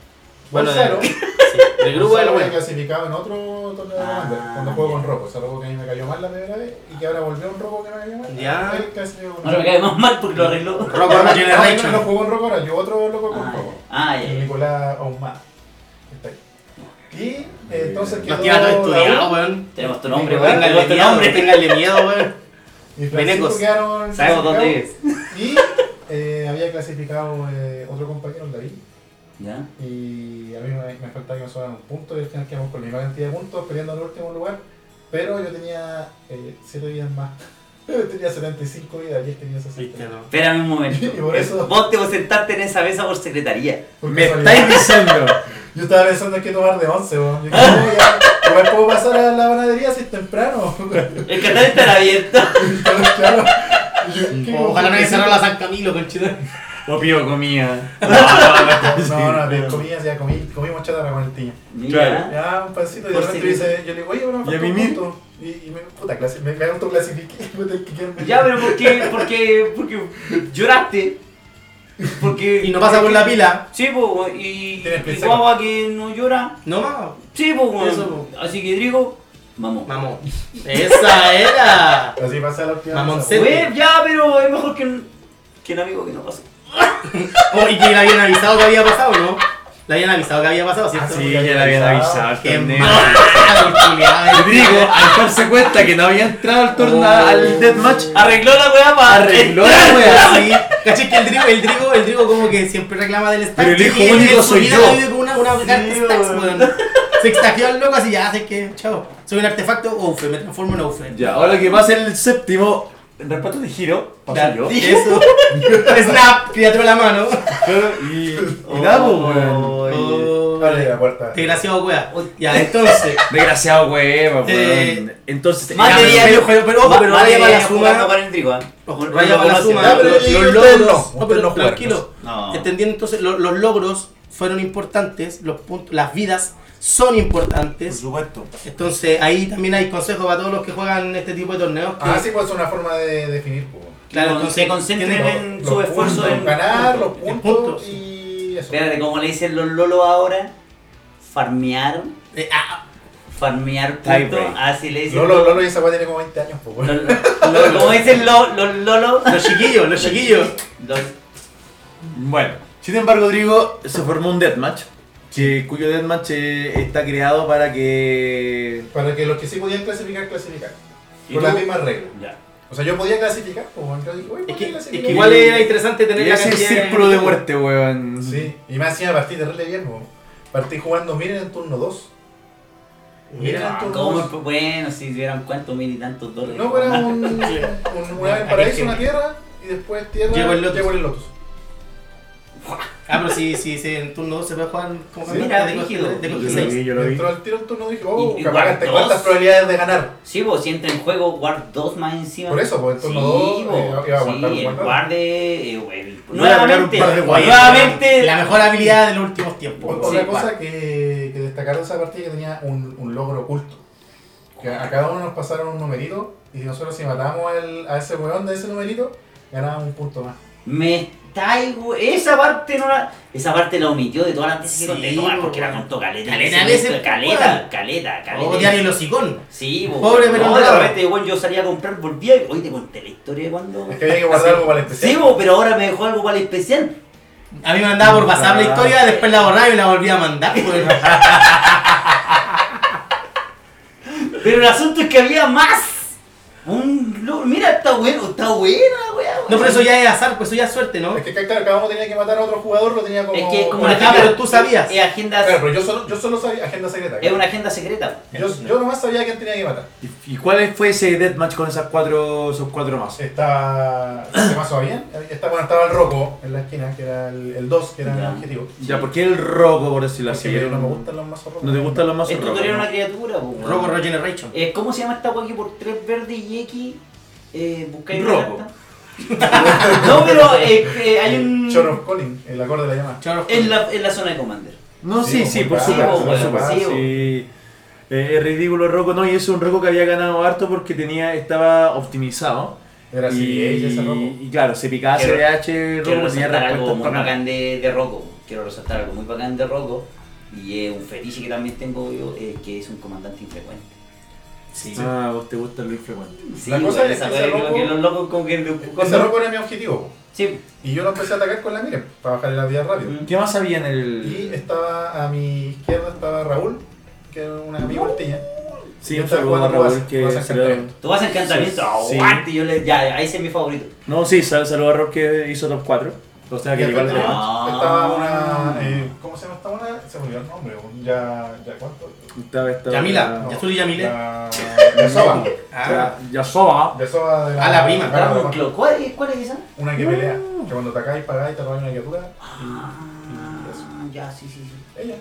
Bueno, de
Gonzalo,
verdad. Sí, el grupo de
Gonzalo
los
había
buenos.
clasificado en otro torneo de
Ah,
Commander, cuando juego
ya.
con Rocco. Ese Rocco que a mí me cayó mal la primera vez y que ahora volvió un Rocco que no me cayó mal.
Ya.
Él clasificó con
Ahora me cae más mal porque lo arregló.
Rocco no tiene
Ah,
recho.
no, no jugó con Rocco, ahora yo otro loco con
Ah,
Rocco.
ah,
El
ya.
Nicolás Aumá. Está ahí. Y eh, entonces
Nos
quedó.
tiene todo
Raúl
estudiado, weón.
Tenemos tu nombre,
Nicolás,
weón, tenemos
Ténganle
tu
miedo,
nombre.
ténganle miedo, weón.
Y Francisco
Venecos.
quedaron.
Sabemos dónde
clasificados.
vives.
Y eh, había clasificado eh, otro compañero, el David.
¿Ya?
Y a mí me, me faltaba que me subaran un punto y al final quedamos con la misma cantidad de puntos peleando en el último lugar. Pero yo tenía 7 vidas más. tenía 75 vidas y él tenía 60.
Espérame un momento.
Y por eso-
Vos te sentarte en esa mesa por secretaría.
Por
Me
casualidad.
estáis diciendo.
Yo estaba pensando en qué tomar de 11, weón. Yo dije, "Oh, ya, igual puedo pasar a la panadería si es temprano.
El canal estará abierto.
claro. Yo- ¿qué?
Ojalá no haya cerrado la San Camilo, conchita.
O pido comida.
No, no, pero comías, ya comí, comimos chatarra con el tiño.
Mira.
Ya, un pancito, y de
Por
repente
si-
dice, yo le digo, oye, bueno,
¿Y a
falta un
mimir?
punto. Y, y me, puta, clase, me, me autoclasifiqué. puta, que quedarme-
Pues Ya, pero ¿por qué? ¿Por qué? Porque lloraste. Porque,
Y no pasa por la pila.
Sí, po, y,
Tienes
y
prisa.
guagua que no llora.
No, mamá.
Sí, po, weón.
Eso, po.
Así que Drigo, vamos.
Mamón. Esa era.
Así pasa la última
Mamoncete.
Güey, ya, pero es mejor que, que el amigo que no pasó.
Oh, y que le habían avisado que había pasado, ¿no? Le habían avisado que había pasado, ¿cierto?
Ah, Sí, ya le habían avisado al
Qué
torneo.
malo, culiao.
Rodrigo, al darse cuenta que no había entrado al torneo,
Oh.
al deathmatch,
Arregló la weá para.
arregló la wea.
Sí, caché que el Drigo, el Drigo, el Drigo como que siempre reclama del stack.
Pero el hijo
y él-
único
él
soy
subía
yo.
y vive con una, una carta
Sí,
stacks,
weón.
weón. Se extagió al loco así, ya, sé que, chao. Soy un artefacto Oufe, me transformo en Oufe.
Ya, ahora que pasa el séptimo, en reparto de giro, paso
Ya,
yo.
Eso. Snap, criatura la mano.
Y, y nada, pues, weón.
Oh,
Abre la puerta.
Desgraciado, wea. Ya, entonces.
Desgraciado, hueva, weón.
Eh,
Entonces,
Más
ya,
de
pero-
día- pero- pero- pero ojo,
Ma-
pero
más
vaya
de
para la
día
suma.
jugando para el Drigo, ¿eh? Ojo, no
Vaya
lo
para la
conoce,
suma.
¿no?
pero
Los,
y
los
ustedes no,
logros. No,
ustedes
pero
no juegan,
tranquilo.
No.
Entendiendo entonces, lo- los logros fueron importantes, los puntos, las vidas son
Por
importantes.
supuesto.
Entonces ahí también hay consejos para todos los que juegan este tipo de torneos. que-
Ah, sí, pues es una forma de definir. Pues.
claro,
Con-
entonces
se concentren
tienen-
en su esfuerzo
puntos,
en
ganar, los
en
puntos,
puntos.
y eso.
Espérate, como le dicen los lolos ahora, farmear,
eh, ah,
farmear
Tie
punto,
break.
así le dicen.
Lolo, Lolo y esa weá tiene como 20 años, pues. weón.
Los- los- como dicen lo- los lolos,
los chiquillos, los chiquillos.
los
Bueno, sin embargo, Drigo se formó un deathmatch, que, cuyo deathmatch eh, está creado para que...
Para que los que sí podían clasificar, clasificar.
¿Y
Con
tú?
las mismas reglas.
Ya.
O sea, yo podía clasificar, pues. entonces dije, "Oye,
Es que,
¿por qué
es que
clasificar?"
igual era interesante tener
Y
la
ese
cantidad
círculo de muerte, weón.
Sí, y más encima partí de re bien, weón. Partí jugando, miren en turno 2. Miren en turno
¿Cómo?
2.
Bueno, si vieran cuántos mil y tantos dólares. Ah,
No, era un, un, una vez
Aquí
paraíso,
es
una
que-
tierra, y después tierra,
Llegó el Lotus.
llegó el Lotus.
Ah, pero si sí, sí, en turno 2 se puede jugar como
Sí,
mira,
campeonato de
rígido.
coste- de
Yo
coste
lo
seis.
vi, yo lo vi.
Entró al tiro en turno dije, oh,
Y- y
capaz
guardó.
cuántas probabilidades de ganar.
Sí, vos, si entra en juego Ward 2 más encima.
Por eso, pues, en
Sí,
turno 2
vos,
iba a aguantar
sí,
un
el
buen rato.
guarde. eh, el-
Voy a pegar un
nuevamente,
par de guayas.
nuevamente.
La mejor habilidad de los últimos tiempos.
Otra
Sí,
cosa que, que destacar de esa partida que tenía un, un logro oculto. Que a cada uno nos pasaron un numerito y nosotros si matábamos al- a ese weón de ese numerito, ganábamos un punto más.
Me traigo. Esa parte no la. Esa parte la omitió de todas las veces que
Sí,
conté todas, porque
weón.
era con caleta.
Caleta
en ese
veces,
momento, Caleta,
weón.
caleta, caleta.
Oh, diario el hocicón.
Sí, bo.
Pobre, pero
no,
no.
de repente, bueno, yo salía a comprar, volvía y hoy te conté la historia de cuando.
Es que había que guardar algo para el especial.
Sí, bo, pero ahora me dejó algo para el especial.
A mí me mandaba por WhatsApp la historia, después la borraba y la volví a mandar. pues. weón.
Pero el asunto es que había más. Un lo- Mira, está bueno, está buena, weá.
No, pero eso ya es azar, pues eso ya es suerte, ¿no?
Es que claro, cada uno tenía que matar a otro jugador, lo tenía como.
Es que es como
Por
una
ejemplo, tú sabías.
Es, agenda,
Claro, pero yo solo, yo solo sabía agenda secreta.
es una agenda secreta.
Yo, yo nomás sabía quién tenía que matar.
¿Y- ¿Y cuál fue ese deathmatch con esas cuatro, esos cuatro más?
Está. ¿Se pasó bien? Está, bueno, estaba el Roco en la esquina, que era el el 2, que era
Ya.
el objetivo.
Ya, ¿por qué el roco, por decirlo
Porque
así?
me-
Era
no me
un-
gustan los mazos rojos.
¿No te gustan los más
Es
rojos,
tutorial
no?
una criatura, bo, weón.
Robo Regeneration.
Eh, ¿Cómo se llama esta weá que por 3 verdes y X eh, buscáis una
Robo.
carta? no, pero eh, eh, hay un.
Short of Calling, el acorde de la llamada.
Chorro.
En la, en la zona de Commander.
No, sí,
Sí,
sí,
po,
por
weón.
supuesto,
Sí,
por
po,
supuesto.
weón, sí, po.
Sí. Eh, es ridículo Roco, no, y es un Roco que había ganado harto porque tenía, estaba optimizado.
Era así,
y,
ella ese Roco.
y claro, se picaba
Quiero-
CDH,
Quiero
Roco tenía
resaltar algo
respuestas
muy
para
bacán de, de Rocco. Quiero resaltar algo muy bacán de Rocco. Y es un fetiche que también tengo yo, eh, que es un comandante infrecuente.
Sí.
Ah, vos te gusta lo infrecuente.
Sí,
La cosa
weón,
es que
esa
ese
weá creo
Rocco-
que los locos como que...
Ese Roco era mi objetivo.
Sí,
Y yo lo empecé a atacar con la Miren, para bajarle la vida
Mm.
rápido.
¿Qué más había en
Y
el...?
estaba a mi izquierda estaba Raúl, que era un amigo del Tiña.
Sí,
Y
un
estaba
saludo a
jugando
Raúl
Guasa,
que
Guasa
se lo-
Encantamiento.
tú vas a encantamiento,
Sí.
aguante, yo le... Ya, ese es mi favorito.
No, sí, sal- saludo a Raúl que hizo top 4. O sea,
Y
que
al
igual...
frente
Ah.
Estaba una. eh, ¿Cómo se llama esta una? Se me olvidó el nombre. un- Ya. ¿Ya cuánto?
Estaba esta...
Yamila.
No,
Ah, Yasuri Yamile.
la- La Soba.
Ah,
Ya soba.
La Soba de
Ah, la prima. Uh.
de la-
¿Cuál, es- ¿Cuál es esa?
Una que pelea. Que cuando atacáis, pagáis, te robáis una criatura.
Ah,
eso.
ya, sí, sí, sí.
Ella.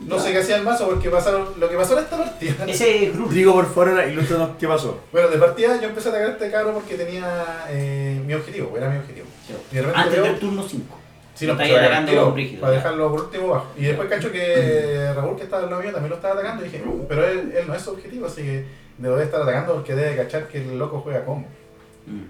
No sé qué hacía el mazo porque pasaron lo que pasó en esta partida.
Ese es Grul.
Rodrigo, por favor, ahora ilústranos qué pasó.
Bueno, de partida yo empecé a atacar a este cabro porque tenía eh, mi objetivo, era mi objetivo. Y de repente
Antes
veo-
del turno 5.
Sí,
Lo
lo
está ahí
empecé a
atacando
tiro,
con Brígido,
Para
ya.
dejarlo por último bajo. Y después cacho que Raúl, que estaba al lado mío, también lo estaba atacando. Y dije, "Uh, pero él, él no es su objetivo, así que me lo debe estar atacando porque debe cachar que el loco juega como.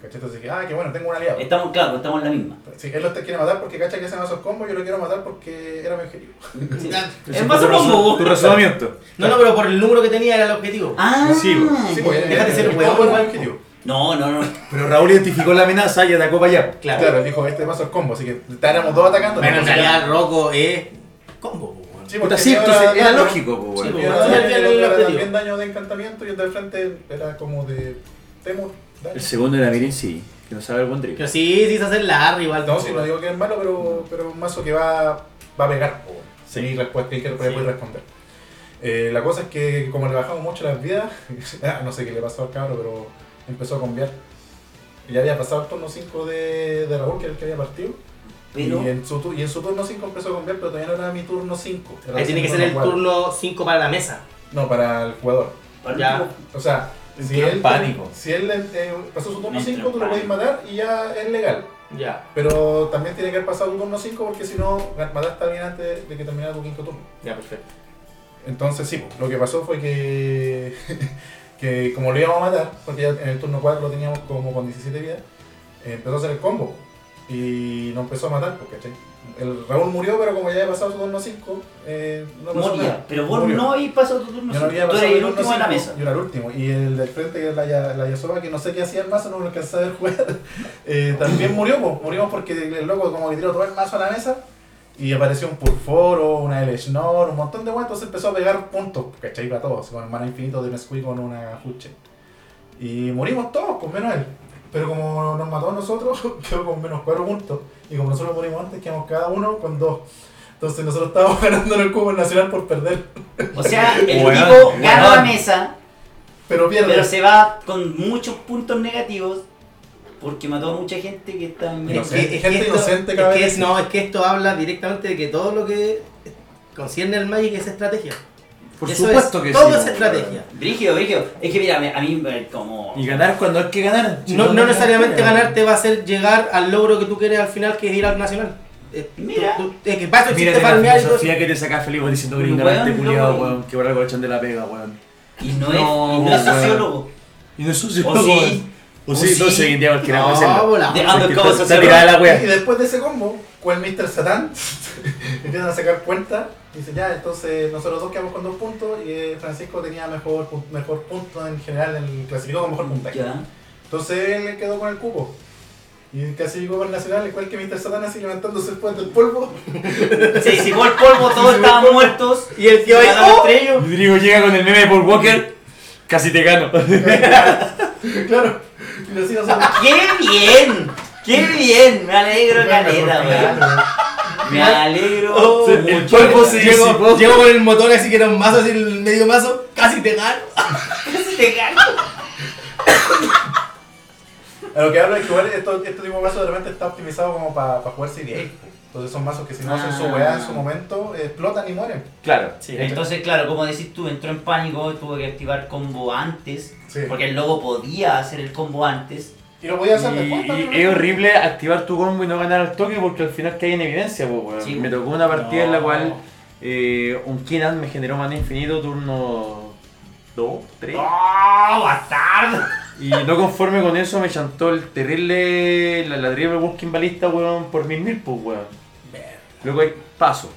¿Cachai? Entonces dije, ah, que bueno, tengo un aliado.
Mm. Estamos, claro, estamos en la misma.
Sí, él lo te quiere matar porque cacha que hacen esos combos, yo lo quiero matar porque era mi objetivo.
Sí.
Ya.
Es más
Tu
o menos
razón-
como-
Tu razonamiento.
No, no, pero por el número que tenía era el objetivo.
Ah,
Sí, bo.
Sí, pues,
Déjate
el-
ser
el
huevón,
combo era mi
weón.
objetivo.
No, no, no.
Pero Raúl identificó la amenaza y atacó para allá.
Claro.
Claro, él dijo, este mazo es combo, así que estábamos dos atacando.
Bueno, en
Entonces,
realidad Rocco es combo. po, weón.
Sí,
Puta, sí, entonces era lógico, pues,
Sí,
Y
po,
bueno.
weón.
ahora
Era el
el otro era
objetivo.
también daño de encantamiento y el del frente era como de temor. daño.
El segundo era Miren sí, que no sabe el buen Rodrigo.
Pero sí, sí se hace la R igual.
No,
po,
si no
weón.
digo que es malo, pero, pero un mazo que va, va a pegar. po.
Sí.
Y respuesta hay que
Sí.
poder responder. Eh, la cosa es que como le bajamos mucho las vidas, ah, no sé qué le pasó al cabro, pero empezó a cambiar. Ya había pasado el turno 5 de, de Raúl, que era el que había partido.
Pero
Y, en su, tu- y en su turno 5 empezó a cambiar, pero todavía no era mi turno 5.
Ahí tiene que ser el turno 5 para la mesa.
No, para el jugador.
para
ya.
último,
O sea,
Entró
si
en
él,
pánico.
si él eh, pasó su turno
Entró
5, tú
en
lo podés
pánico.
matar y ya es legal.
Ya,
Pero también tiene que haber pasado tu turno 5 porque si no, mataste a alguien antes de que terminara tu quinto turno.
ya, perfecto.
Entonces, sí, pues, lo que pasó fue que, que como lo íbamos a matar, porque ya en el turno 4 lo teníamos como con 17 vidas, eh, empezó a hacer el combo y nos empezó a matar, pues, ¿cachai? El Raúl murió, pero como ya había pasado su turno 5, eh, no pasó nada.
moría. Pero vos
Murió.
no habéis pasado tu turno.
Yo no había
tú
pasado
eres el
turno
último de la
cinco,
mesa.
Yo era el último. Y el del frente, que es la, Ya- la Yasoba, que no sé qué hacía el mazo, no lo alcanzaba a ver jugar. eh, también murió, pues. Morimos porque el loco como que tiró todo el mazo a la mesa. Y apareció un Pulforo, una Elishnor, un montón de guantes. Entonces empezó a pegar puntos, ¿cachai? Para todos. Con el mana infinito de Nesquik con una Fuche. Y morimos todos, pues menos él. Pero como nos mató a nosotros, quedó con menos 4 puntos. Y como nosotros morimos antes, quedamos cada uno con 2. Entonces nosotros estábamos ganando en el Cubo Nacional por perder.
O sea, el
Weón,
tipo gana la
weón.
mesa,
Pero pierde.
pero se va con muchos puntos negativos porque mató a mucha gente que está en
Es
Inocente.
que- es que
Gente
esto-
inocente
es
cada
que
vez.
es- No, es que esto habla directamente de que todo lo que concierne al Magic es estrategia.
Por
Eso
supuesto
es,
que
Todo
sí.
es estrategia.
Brígido, brígido. Es que mira, me- a mí me- como.
Y ganar cuando hay que ganar. Si
No, no necesariamente
ganar.
ganar te va a hacer llegar al logro que tú quieres al final, que es ir al nacional. Eh, tú-
Mira.
tú- es que para eso
Ah, Mira
existe
la
palmear y todo eso.
filosofía que te sacas Felipe diciendo
Weón,
gringamente
no,
culiado,
weón.
weón, que por algo lo echan de la pega, weón.
Y no es,
No,
y no es
weón.
sociólogo.
Y no es socio,
O sí.
weón. O
O
sí,
sí.
entonces hoy en día cualquiera
No,
puede serlo.
volá.
De
O sea, que
undercover
está- Está
sociólogo.
tirada la
Y
Ah, wea.
después de ese combo, cual Mr. Satán empiezan a sacar cuenta. y Dice, ya, entonces nosotros dos quedamos con dos puntos y eh, Francisco tenía mejor, pu- mejor punto en general, el, clasificó con mejor puntaje.
Ya.
Entonces él quedó con el cubo. Y clasificó con el Nacional, igual que Mr. Satán así levantándose después del polvo.
Se disipó el polvo, todos estaban muertos.
Y el tío
se
ahí,
ganaron
¡oh!
entre ellos.
Rodrigo llega con el meme de Paul Walker. Casi te gano.
claro. Y lo sigo haciendo.
¡Qué bien! ¡Qué bien! Me alegro, caleta, weón.
Claro,
Me alegro.
Oh,
Sí, el
mucho
cuerpo
mejor.
se
Llego-
disipó.
Llego con el motor así que era un mazo, así el medio mazo, casi te gano.
Te gano.
A lo que hablo es que igual esto- este tipo de mazo de repente está optimizado como para jugar CDA. Entonces son mazos que si no hacen
Ah.
su weá en su momento, explotan y mueren.
Claro.
Sí.
Entonces, claro, como decís tú, entró en pánico, tuvo que activar combo antes.
Sí.
Porque el lobo podía hacer el combo antes.
Y lo podía hacer
Y-
después.
Y,
también,
es
¿no?
horrible activar tu combo y no ganar al toque porque al final cae en evidencia. po, weón.
Sí,
me
po.
tocó una partida en la
No.
cual eh, un Kinan me generó mana infinito turno 2, 3.
¡Oh, bastardo!
Y no conforme con eso me chantó el terrible, la, la terrible Walking Balista, weón, por mil mil, pues, weón. Luego hay paso.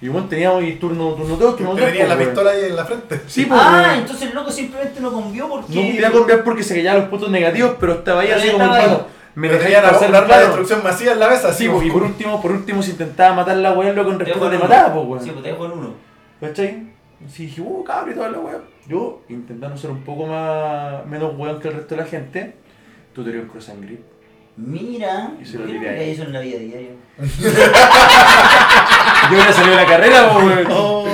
Y bueno, teníamos y turno, turno 2, turno
Te
3.
tenía la pistola ahí en la frente.
Sí, pues,
Ah,
weón.
entonces el loco simplemente no convió porque.
No quería cambiar porque se callaban los puntos negativos, pero estaba ahí
Pero
así
ya
como,
estaba ahí.
hermano, me
Pero
dejáis
tenía la,
pasar
la-
un
la
rato.
destrucción masiva en la mesa.
Sí,
así,
pues, y
como-
por último, por último, si intentaba matar la weón, lo con
Te
respeto te
uno.
mataba, pues, weón.
Sí, pues te dejo en uno.
¿Cachai? Sí, dije, uh, cabrón, y toda la weón. Yo, intentando ser un poco más, menos weón que el resto de la gente, tú tenías un cross and grip.
Mira.
Y se lo
¿por qué
tiré
no
ahí.
miráis eso en la vida diaria.
Yo hubiera salido de la carrera, po, weón.
Oh,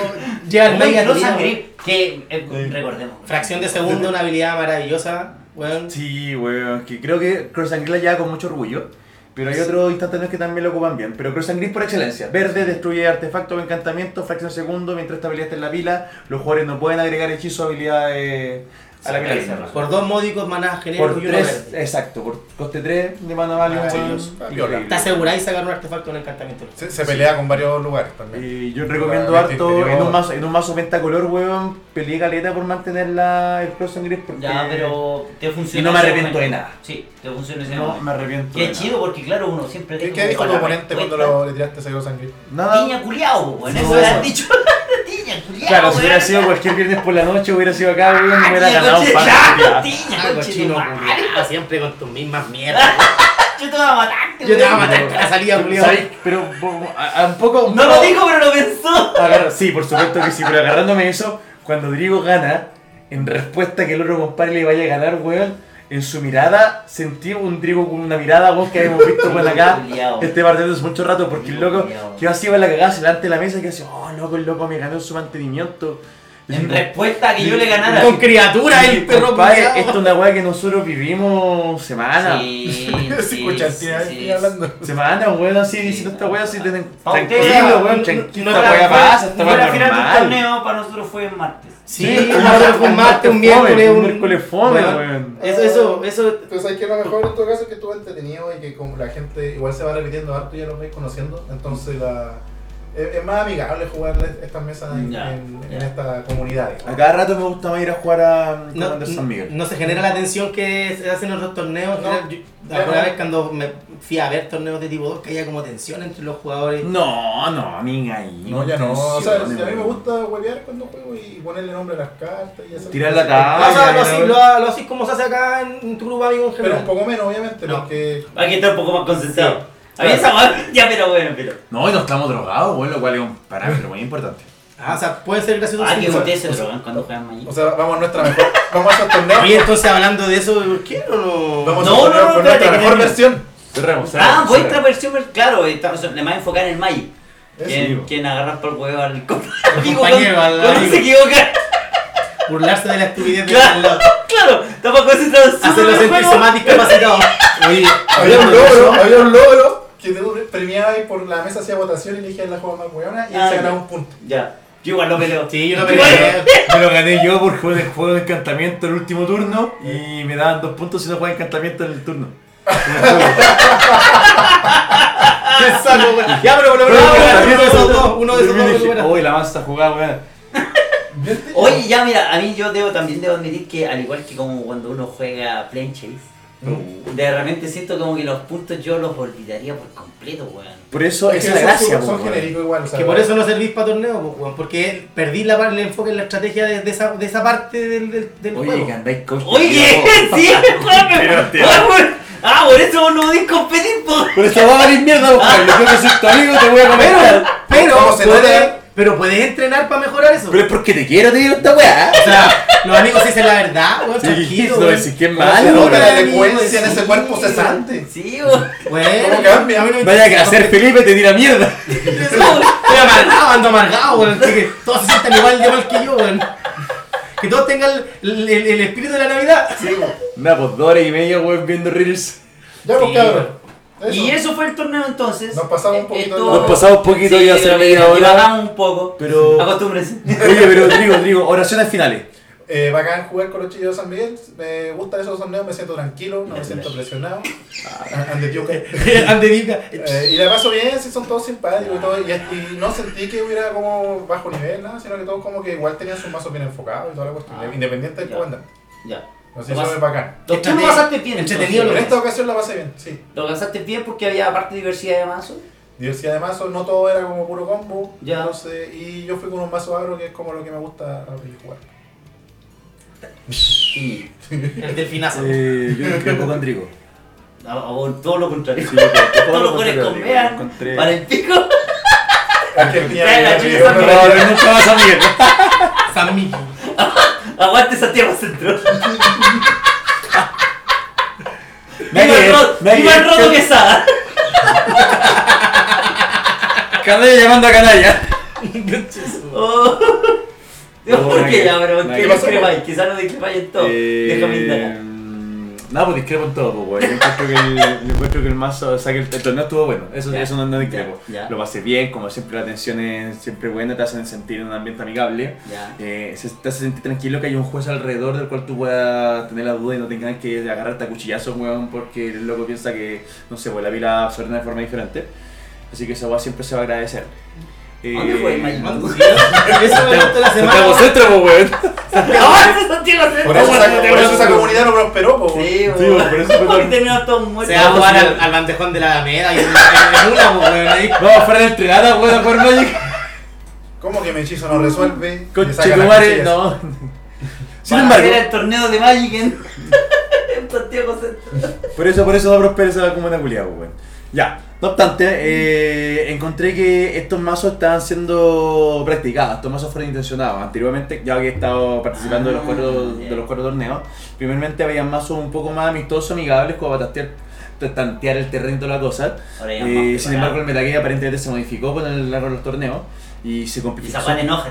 llega el
Oye,
Magic
Cross
al
and
día,
Grip, que eh, recordemos.
Fracción de segundo, una habilidad maravillosa, weón.
Sí, weón, que creo que Cross and Grip la lleva con mucho orgullo. Pero hay otros instantáneos que también lo ocupan bien. Pero Cross and Gris por excelencia. Verde destruye artefactos o encantamientos, fracción segundo, mientras esta habilidad está en la pila. Los jugadores no pueden agregar hechizos o habilidades a la
Sí,
pila.
ahí se arrasó.
Por dos módicos maná genéricos
Por
y uno
tres,
verde.
exacto, por coste 3 de mana value.
Maravilloso.
weón,
Ah,
increíble.
Te aseguráis sacar un artefacto en encantamiento.
Se, se pelea con varios lugares también.
Y yo recomiendo
Ah,
harto
interior.
en un mazo, en un mazo pentacolor, weón, peleé caleta por mantener la, el Cross and Gris porque
Ya, pero te funciona.
Y no me
ese
arrepiento
momento.
de nada.
Sí, te funciona ese
no
momento.
me arrepiento. de
Qué
nada.
chido, porque claro, uno siempre
¿Qué,
tiene
qué dijo tu oponente cuando lo, le tiraste ese sangre?
Nada.
Tiña culiao, weón.
No.
Eso le han dicho. Tiña culiao.
Claro, si hubiera
weón.
sido cualquier viernes por la noche, hubiera sido acá, weón,
Ah,
me hubiera
tiña,
ganado un
coche-
par de
Claro,
peleas.
tiña,
Ah,
coche,
cochino,
tu madre.
culiao, siempre con tus mismas mierdas.
Yo te voy a matar.
Yo te voy a
weón.
matar con la salida, culiao.
¿Sabes? Pero bo- a, a un poco. un
No
poco-
lo dijo, pero lo pensó.
Agarra- sí, por supuesto que sí, pero agarrándome eso, cuando Drigo gana, en respuesta que el otro compadre le vaya a ganar, weón, en su mirada sentí un Drigo con una mirada, weón, que habíamos visto por acá.
Culiao.
Este partido es mucho rato porque el loco
Culiao.
que así va la cagada hacia delante de la mesa y que hace, oh loco, el loco me ganó su mantenimiento.
En
Digo,
respuesta a que yo le ganara.
Con criatura el perro
compadre,
culiao.
Esto es una weá que nosotros vivimos semana.
Sí,
Se
sí,
escucha el
sí,
tía-
sí,
tía hablando.
Semana, weón, así
Sí,
diciendo esta
no,
weá,
no,
Ah,
así
no.
tenen-
Pa'
tranquilo,
ustedes,
no, no,
weón, tranquilo,
no
esta
era-
weá pasa, esta
Fue
weá
la final del
normal.
torneo para nosotros fue el martes.
Sí,
un
un
martes-
martes,
un
un martes, un miércoles,
fome,
un
un miércoles fome,
Bueno,
weón.
Eso, eso, eso.
Entonces hay que lo mejor en todo caso es que estuvo entretenido y que como la gente igual se va repitiendo harto y ya los vais conociendo. Entonces la, es, es más amigable jugar estas mesas en,
Ya,
en- en
ya.
esta comunidad. digamos.
A cada rato me gusta más ir a jugar a
No,
Commander San Miguel.
no se genera la tensión que se hace en otros torneos.
No.
Yo-
Ya,
alguna
no.
vez cuando me fui a ver torneos de tipo 2 que haya como tensión entre los jugadores.
No, no, ni ahí.
No, ya no. O sea, si
tensiones,
a mí me
weón.
gusta huevear cuando juego y ponerle nombre a las cartas y hacer
Tirar la
cosas.
tabla.
Ah, o sea, lo
ya,
haces-
ya.
lo, ha- lo haces como se hace acá en, en tu grupo amigo en
Pero un
general.
poco menos, obviamente,
No.
porque
Hay que estar un poco más concentrado. A mí
Claro.
esa weá- ya, pero bueno, pero.
No, y no estamos drogados, weón, lo cual es un parámetro muy importante.
Ah, o sea, puede ser gracioso.
Ah,
sí,
que
o sea,
ustedes se drogan cuando juegan mañana.
o sea, vamos a nuestra mejor, vamos a esos torneos,
Oye, entonces hablando de eso, ¿por qué no lo.?
vamos a
No, no, no,
esos torneos con
espérate,
nuestra
que
mejor
termine.
versión.
Cerremos,
Ah,
cerremos,
vuestra
cerremos.
versión, claro, eh, estamos, le más enfocar en el Magic.
Eso,
Quien,
digo.
quien agarra por el huevo al co- amigo
compañero,
cuando-
al
cuando
amigo.
se equivoca.
Burlarse de la estupidez de
Claro. Claro, está más concentrado en su
Hacerlo
propio
sentirse
juego.
más discapacitado.
Oye,
Había un
hablando de
logro,
eso,
había un logro que te premiaba y por la mesa hacía votación y elegían la juega más hueona y
Ah,
se ganaba
ya.
un punto.
Ya, yo igual lo peleo.
Sí, yo lo
Igual-
peleé.
Me lo gané yo por juego de, juego de encantamiento el último turno y me daban dos puntos si no jugaba encantamiento en el turno.
Qué sano, güey. Ya, pero por lo menos uno de esos dos. Uno de esos dos.
Dije,
recupera.
Uy, la masa jugada, weón.
¿Viste?
Oye, ya mira, a mí yo debo también debo admitir que al igual que como cuando uno juega Plane Chase, de repente siento como que los puntos yo los olvidaría por completo, weón.
Por eso
Es
esa
que
es la
son-
gracia,
son,
po,
son
weón.
genéricos igual. o
Es
sea,
que por eso no servís para torneo, pues, weón, porque perdí la, par- el enfoque en la estrategia de, de esa, de esa parte del, del, del
Oye,
juego.
que andáis coach.
Oye, sí, weón, me-
Pero, tío.
Ah, weón. Ah, por eso vos no podés competir, po.
Por eso va a valer mierda, weón. Yo que soy tu amigo, te voy a comer.
Pero, pero,
¿Cómo se
puedes,
nota?
pero puedes entrenar para mejorar eso.
Pero es porque te quiero, te digo esta weá.
o sea, los amigos dicen la verdad, weón, tranquilo.
no,
weón.
es que es
no se
malo,
nota
weón.
la
weón.
delincuencia en ese
Sí,
cuerpo
weón.
cesante.
Sí, weón.
Bueno,
¿Cómo cambia?
a mí no me
Vaya que
interesa,
hacer Felipe te tira mierda.
Estoy amargado, ando amargado, weón. así que todos se sientan igual de mal que yo, weón. Que todos tengan el, el- el espíritu de la Navidad.
Sí, weón.
Una pues dos horas y media, weón, viendo reels.
Ya, pues
Sí,
cabrón.
Y eso fue el torneo entonces.
Nos pasamos un poquito
Estuvo-
de-
Nos pasamos poquito
Sí,
y hace
pero
media hora.
divagamos un poco.
Pero-
Acostúmbrense.
Oye, pero Trigo, Trigo, oraciones finales.
Eh, bacán jugar con los chillos de San Miguel. Me gustan esos torneos, me siento tranquilo, no me siento presionado. Ah, Ante
Ande diga.
Eh, y la paso bien, sí, son todos simpáticos y todo. Y, y no sentí que hubiera como bajo nivel, nada, sino que todos como que igual tenían sus mazos bien enfocados y toda la cuestión,
Ah.
independiente del
Ya.
comandante.
Ya.
No sé,
Lo
eso
pas-
es bacán.
Tú lo
Entretenido.
pasaste bien.
Entretenido
En
entonces.
esta ocasión la pasé bien, sí.
Lo pasaste bien porque había aparte diversidad de mazos.
Diversidad de mazos, no todo era como puro combo.
Ya.
Entonces, y yo fui con un mazo agro que es como lo que me gusta a mí jugar.
Y
El delfinazo.
Eh, yo me quedo con Trigo.
a, a vos todo lo contrario.
Sí, yo creo que todo
Todos
lo
los goles
contrario,
con
Trigo,
vean,
encontré-
para el pico.
Argentina,
Ya, la
Río,
chilla San
No,
Río, Río.
no, nunca más a Miguel.
San Miki.
Aguante Santiago Centro.
Me
Viva el Rodo,
me
viva el Rodo
que
Quesada.
Canalla llamando a canalla.
Oh. Digo,
No,
¿Por
nada
qué
que-
ya, pero?
nada
¿Qué
que
no
pasó.
cremáis? Quizás no discremáis en todo.
Eh,
Déjame indagar.
Nada, pues discrepo en todo, pues, weón. Yo encuentro que el, yo encuentro que el mazo, o sea, que el, el torneo estuvo bueno. Eso,
Ya.
eso no, no discrepo.
Ya, ya.
Lo pasé bien, como siempre, la atención es siempre buena, te hacen sentir en un ambiente amigable.
Ya.
Eh, se, te hace sentir tranquilo que hay un juez alrededor del cual tú puedas tener la duda y no tengas que agarrarte a cuchillazos, weón, porque el loco piensa que, no sé, pues, la pila se ordena de forma diferente. Así que esa weá siempre se va a agradecer. Eh,
¿Dónde fue el Magic Dude?
Eso me gustó la semana.
Santiago Centro, pues, weón.
¡Ah, ese Santiago Centro!
Por eso, esa, por eso esa
Sí,
comunidad no prosperó, po.
Sí,
weón.
por eso fue todo-
Porque terminaron todos muertos.
Se va a jugar al, al bandejón de la Alameda y en, en, en una, pues, weón, ahí.
No, fuera de entrenada, weón, por Magic.
¿Cómo que mi hechizo no resuelve? Le saca las
Conchetumare,
cuchillas.
no. Sin
Van a
embargo,
hacer el torneo de Magic ¿eh? en, en Santiago Centro.
por eso, por eso no prospera esa comuna culiada, pues, weón. Ya, no obstante, eh, encontré que estos mazos estaban siendo practicados, estos mazos fueron intencionados. Anteriormente, ya que he estado participando de, los
Ah,
cuatro,
ya.
de los cuatro torneos, primeramente habían mazos un poco más amistosos, amigables, como para tantear, tantear el terreno y toda la cosa.
Ahora ya
Eh,
más preparado.
sin embargo, el metagame aparentemente se modificó con el largo de los torneos y se
Y
complicó.
Zapata enoja.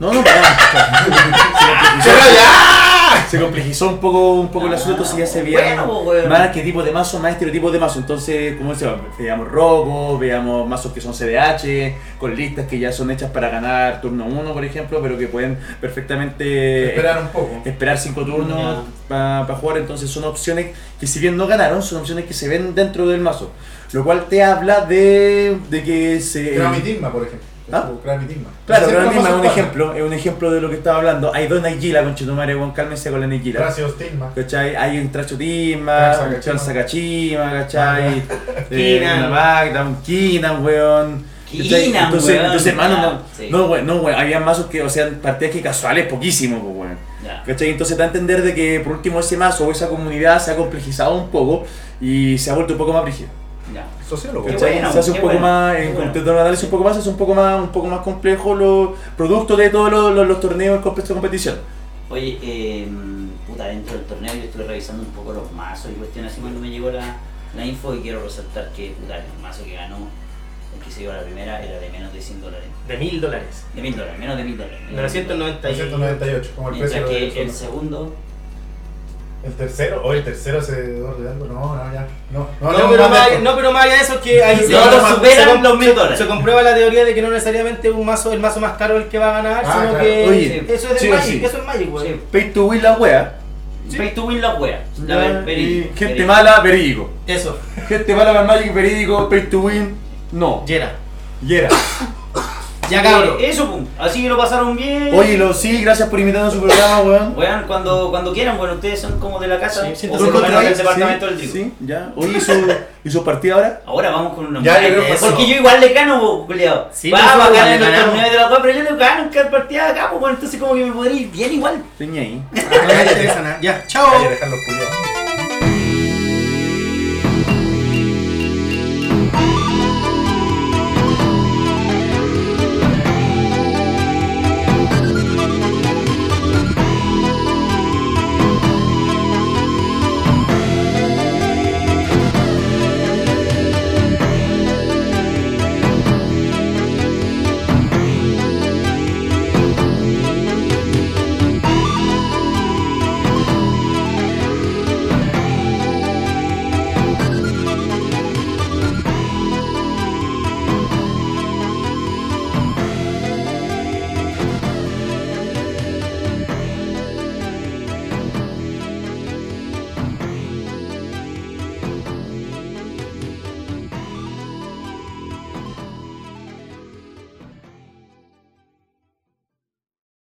No, no, para. se,
¡Pero
complejizó,
ya!
se complejizó un poco, un poco el
Ah,
asunto, entonces ya se veía
bueno, po, weón.
más qué tipo de mazo, más estereotipo de mazo. Entonces, como se llama? Veamos rocos, veamos mazos que son CDH, con listas que ya son hechas para ganar turno 1, por ejemplo, pero que pueden perfectamente
Esperar un poco.
esperar cinco turnos para jugar, entonces son opciones que si bien no ganaron, son opciones que se ven dentro del mazo. Lo cual te habla de, de que se...
Gramitisma, por ejemplo.
eh, ¿Ah?
Gramitisma.
Claro,
Ese
pero ahora
es el
mismo es un
famoso
ejemplo, es un ejemplo de lo que estaba hablando. Hay dos Nigila, conchetumare, weón, cálmense con la
cuadro.
Nigila.
Gracias, Tilma.
¿Cachai? Hay un Trachotima,
Transa
un
Cachima.
Transa Cachima, ¿cachai? Eh,
Kinan.
Una Magda, un Kinan, weón. ¿cachai?
Kinan,
entonces,
weón,
Entonces, hermano,
ya,
no,
sí.
no, weón, no, weón. Había mazos que, o sea, partidas que casuales, poquísimos, pues, weón.
Ya.
¿Cachai? Entonces da a entender de que, por último, ese mazo o esa comunidad se ha complejizado un poco y se ha vuelto un poco más brígida.
Ya.
Sociólogo.
Qué
¿Cachai?
bueno,
se hace un
qué
poco
bueno,
más,
qué
en
bueno.
contexto de análisis un poco más, se hace un poco más, un poco más complejo los productos de todos los, los- los torneos en contexto de competición.
Oye, eh, puta, dentro del torneo yo estuve revisando un poco los mazos y cuestiones así cuando me llegó la, la info y quiero resaltar que puta, el mazo que ganó, el que se dio a la primera, era de menos de 100 dólares.
De mil dólares.
De 1000 dólares, menos de 1000 dólares. menos de 1000
990.
998, como el precio
Mientras
de
que el segundo,
El tercero, o el tercero se de algo. No, no, ya. No,
No,
no, hablemos
pero
más
más,
de esto.
no, pero más allá de eso es que ahí
No,
se,
no
se-
superan
se com-
los mil
se-
dólares.
se comprueba la teoría de que no necesariamente un mazo, el mazo más caro es el que va a ganar,
Ah,
sino
claro.
que
Oye,
eso es
sí,
el Magic,
sí.
eso es Magic, güey.
sí,
Pay to win la wea.
pay to win la wea. La ver-
Y
verí-
gente
verí-
mala, verídico.
Eso,
Gente mala para el Magic, verídico, pay to win, no.
Yera.
Y era.
Ya cabrón.
Eh, Eso, pum. Así que lo pasaron bien.
Oye, lo, sí, gracias por invitarnos a su programa, weón.
Weón, cuando, cuando quieran, bueno, ustedes son como de la casa.
Sí, siento
o
¿Tú
por lo menos
encontrás?
del departamento
Sí,
del trigo.
Sí, ya. Oye, ¿y su, ¿y su partida ahora?
Ahora vamos con una
Ya,
mujer,
yo creo que
Porque
eso.
yo igual le gano, culiado.
Sí,
Va,
pero
va a
nosotros
ganar en
igual le
los
ganamos.
torneos de la cual, pero yo le gano en cada partida de acá, pues bueno, entonces como que me podría ir bien igual.
Tenía ahí.
No me interesa nada. Ya, chao.
Hay que dejar los culiados.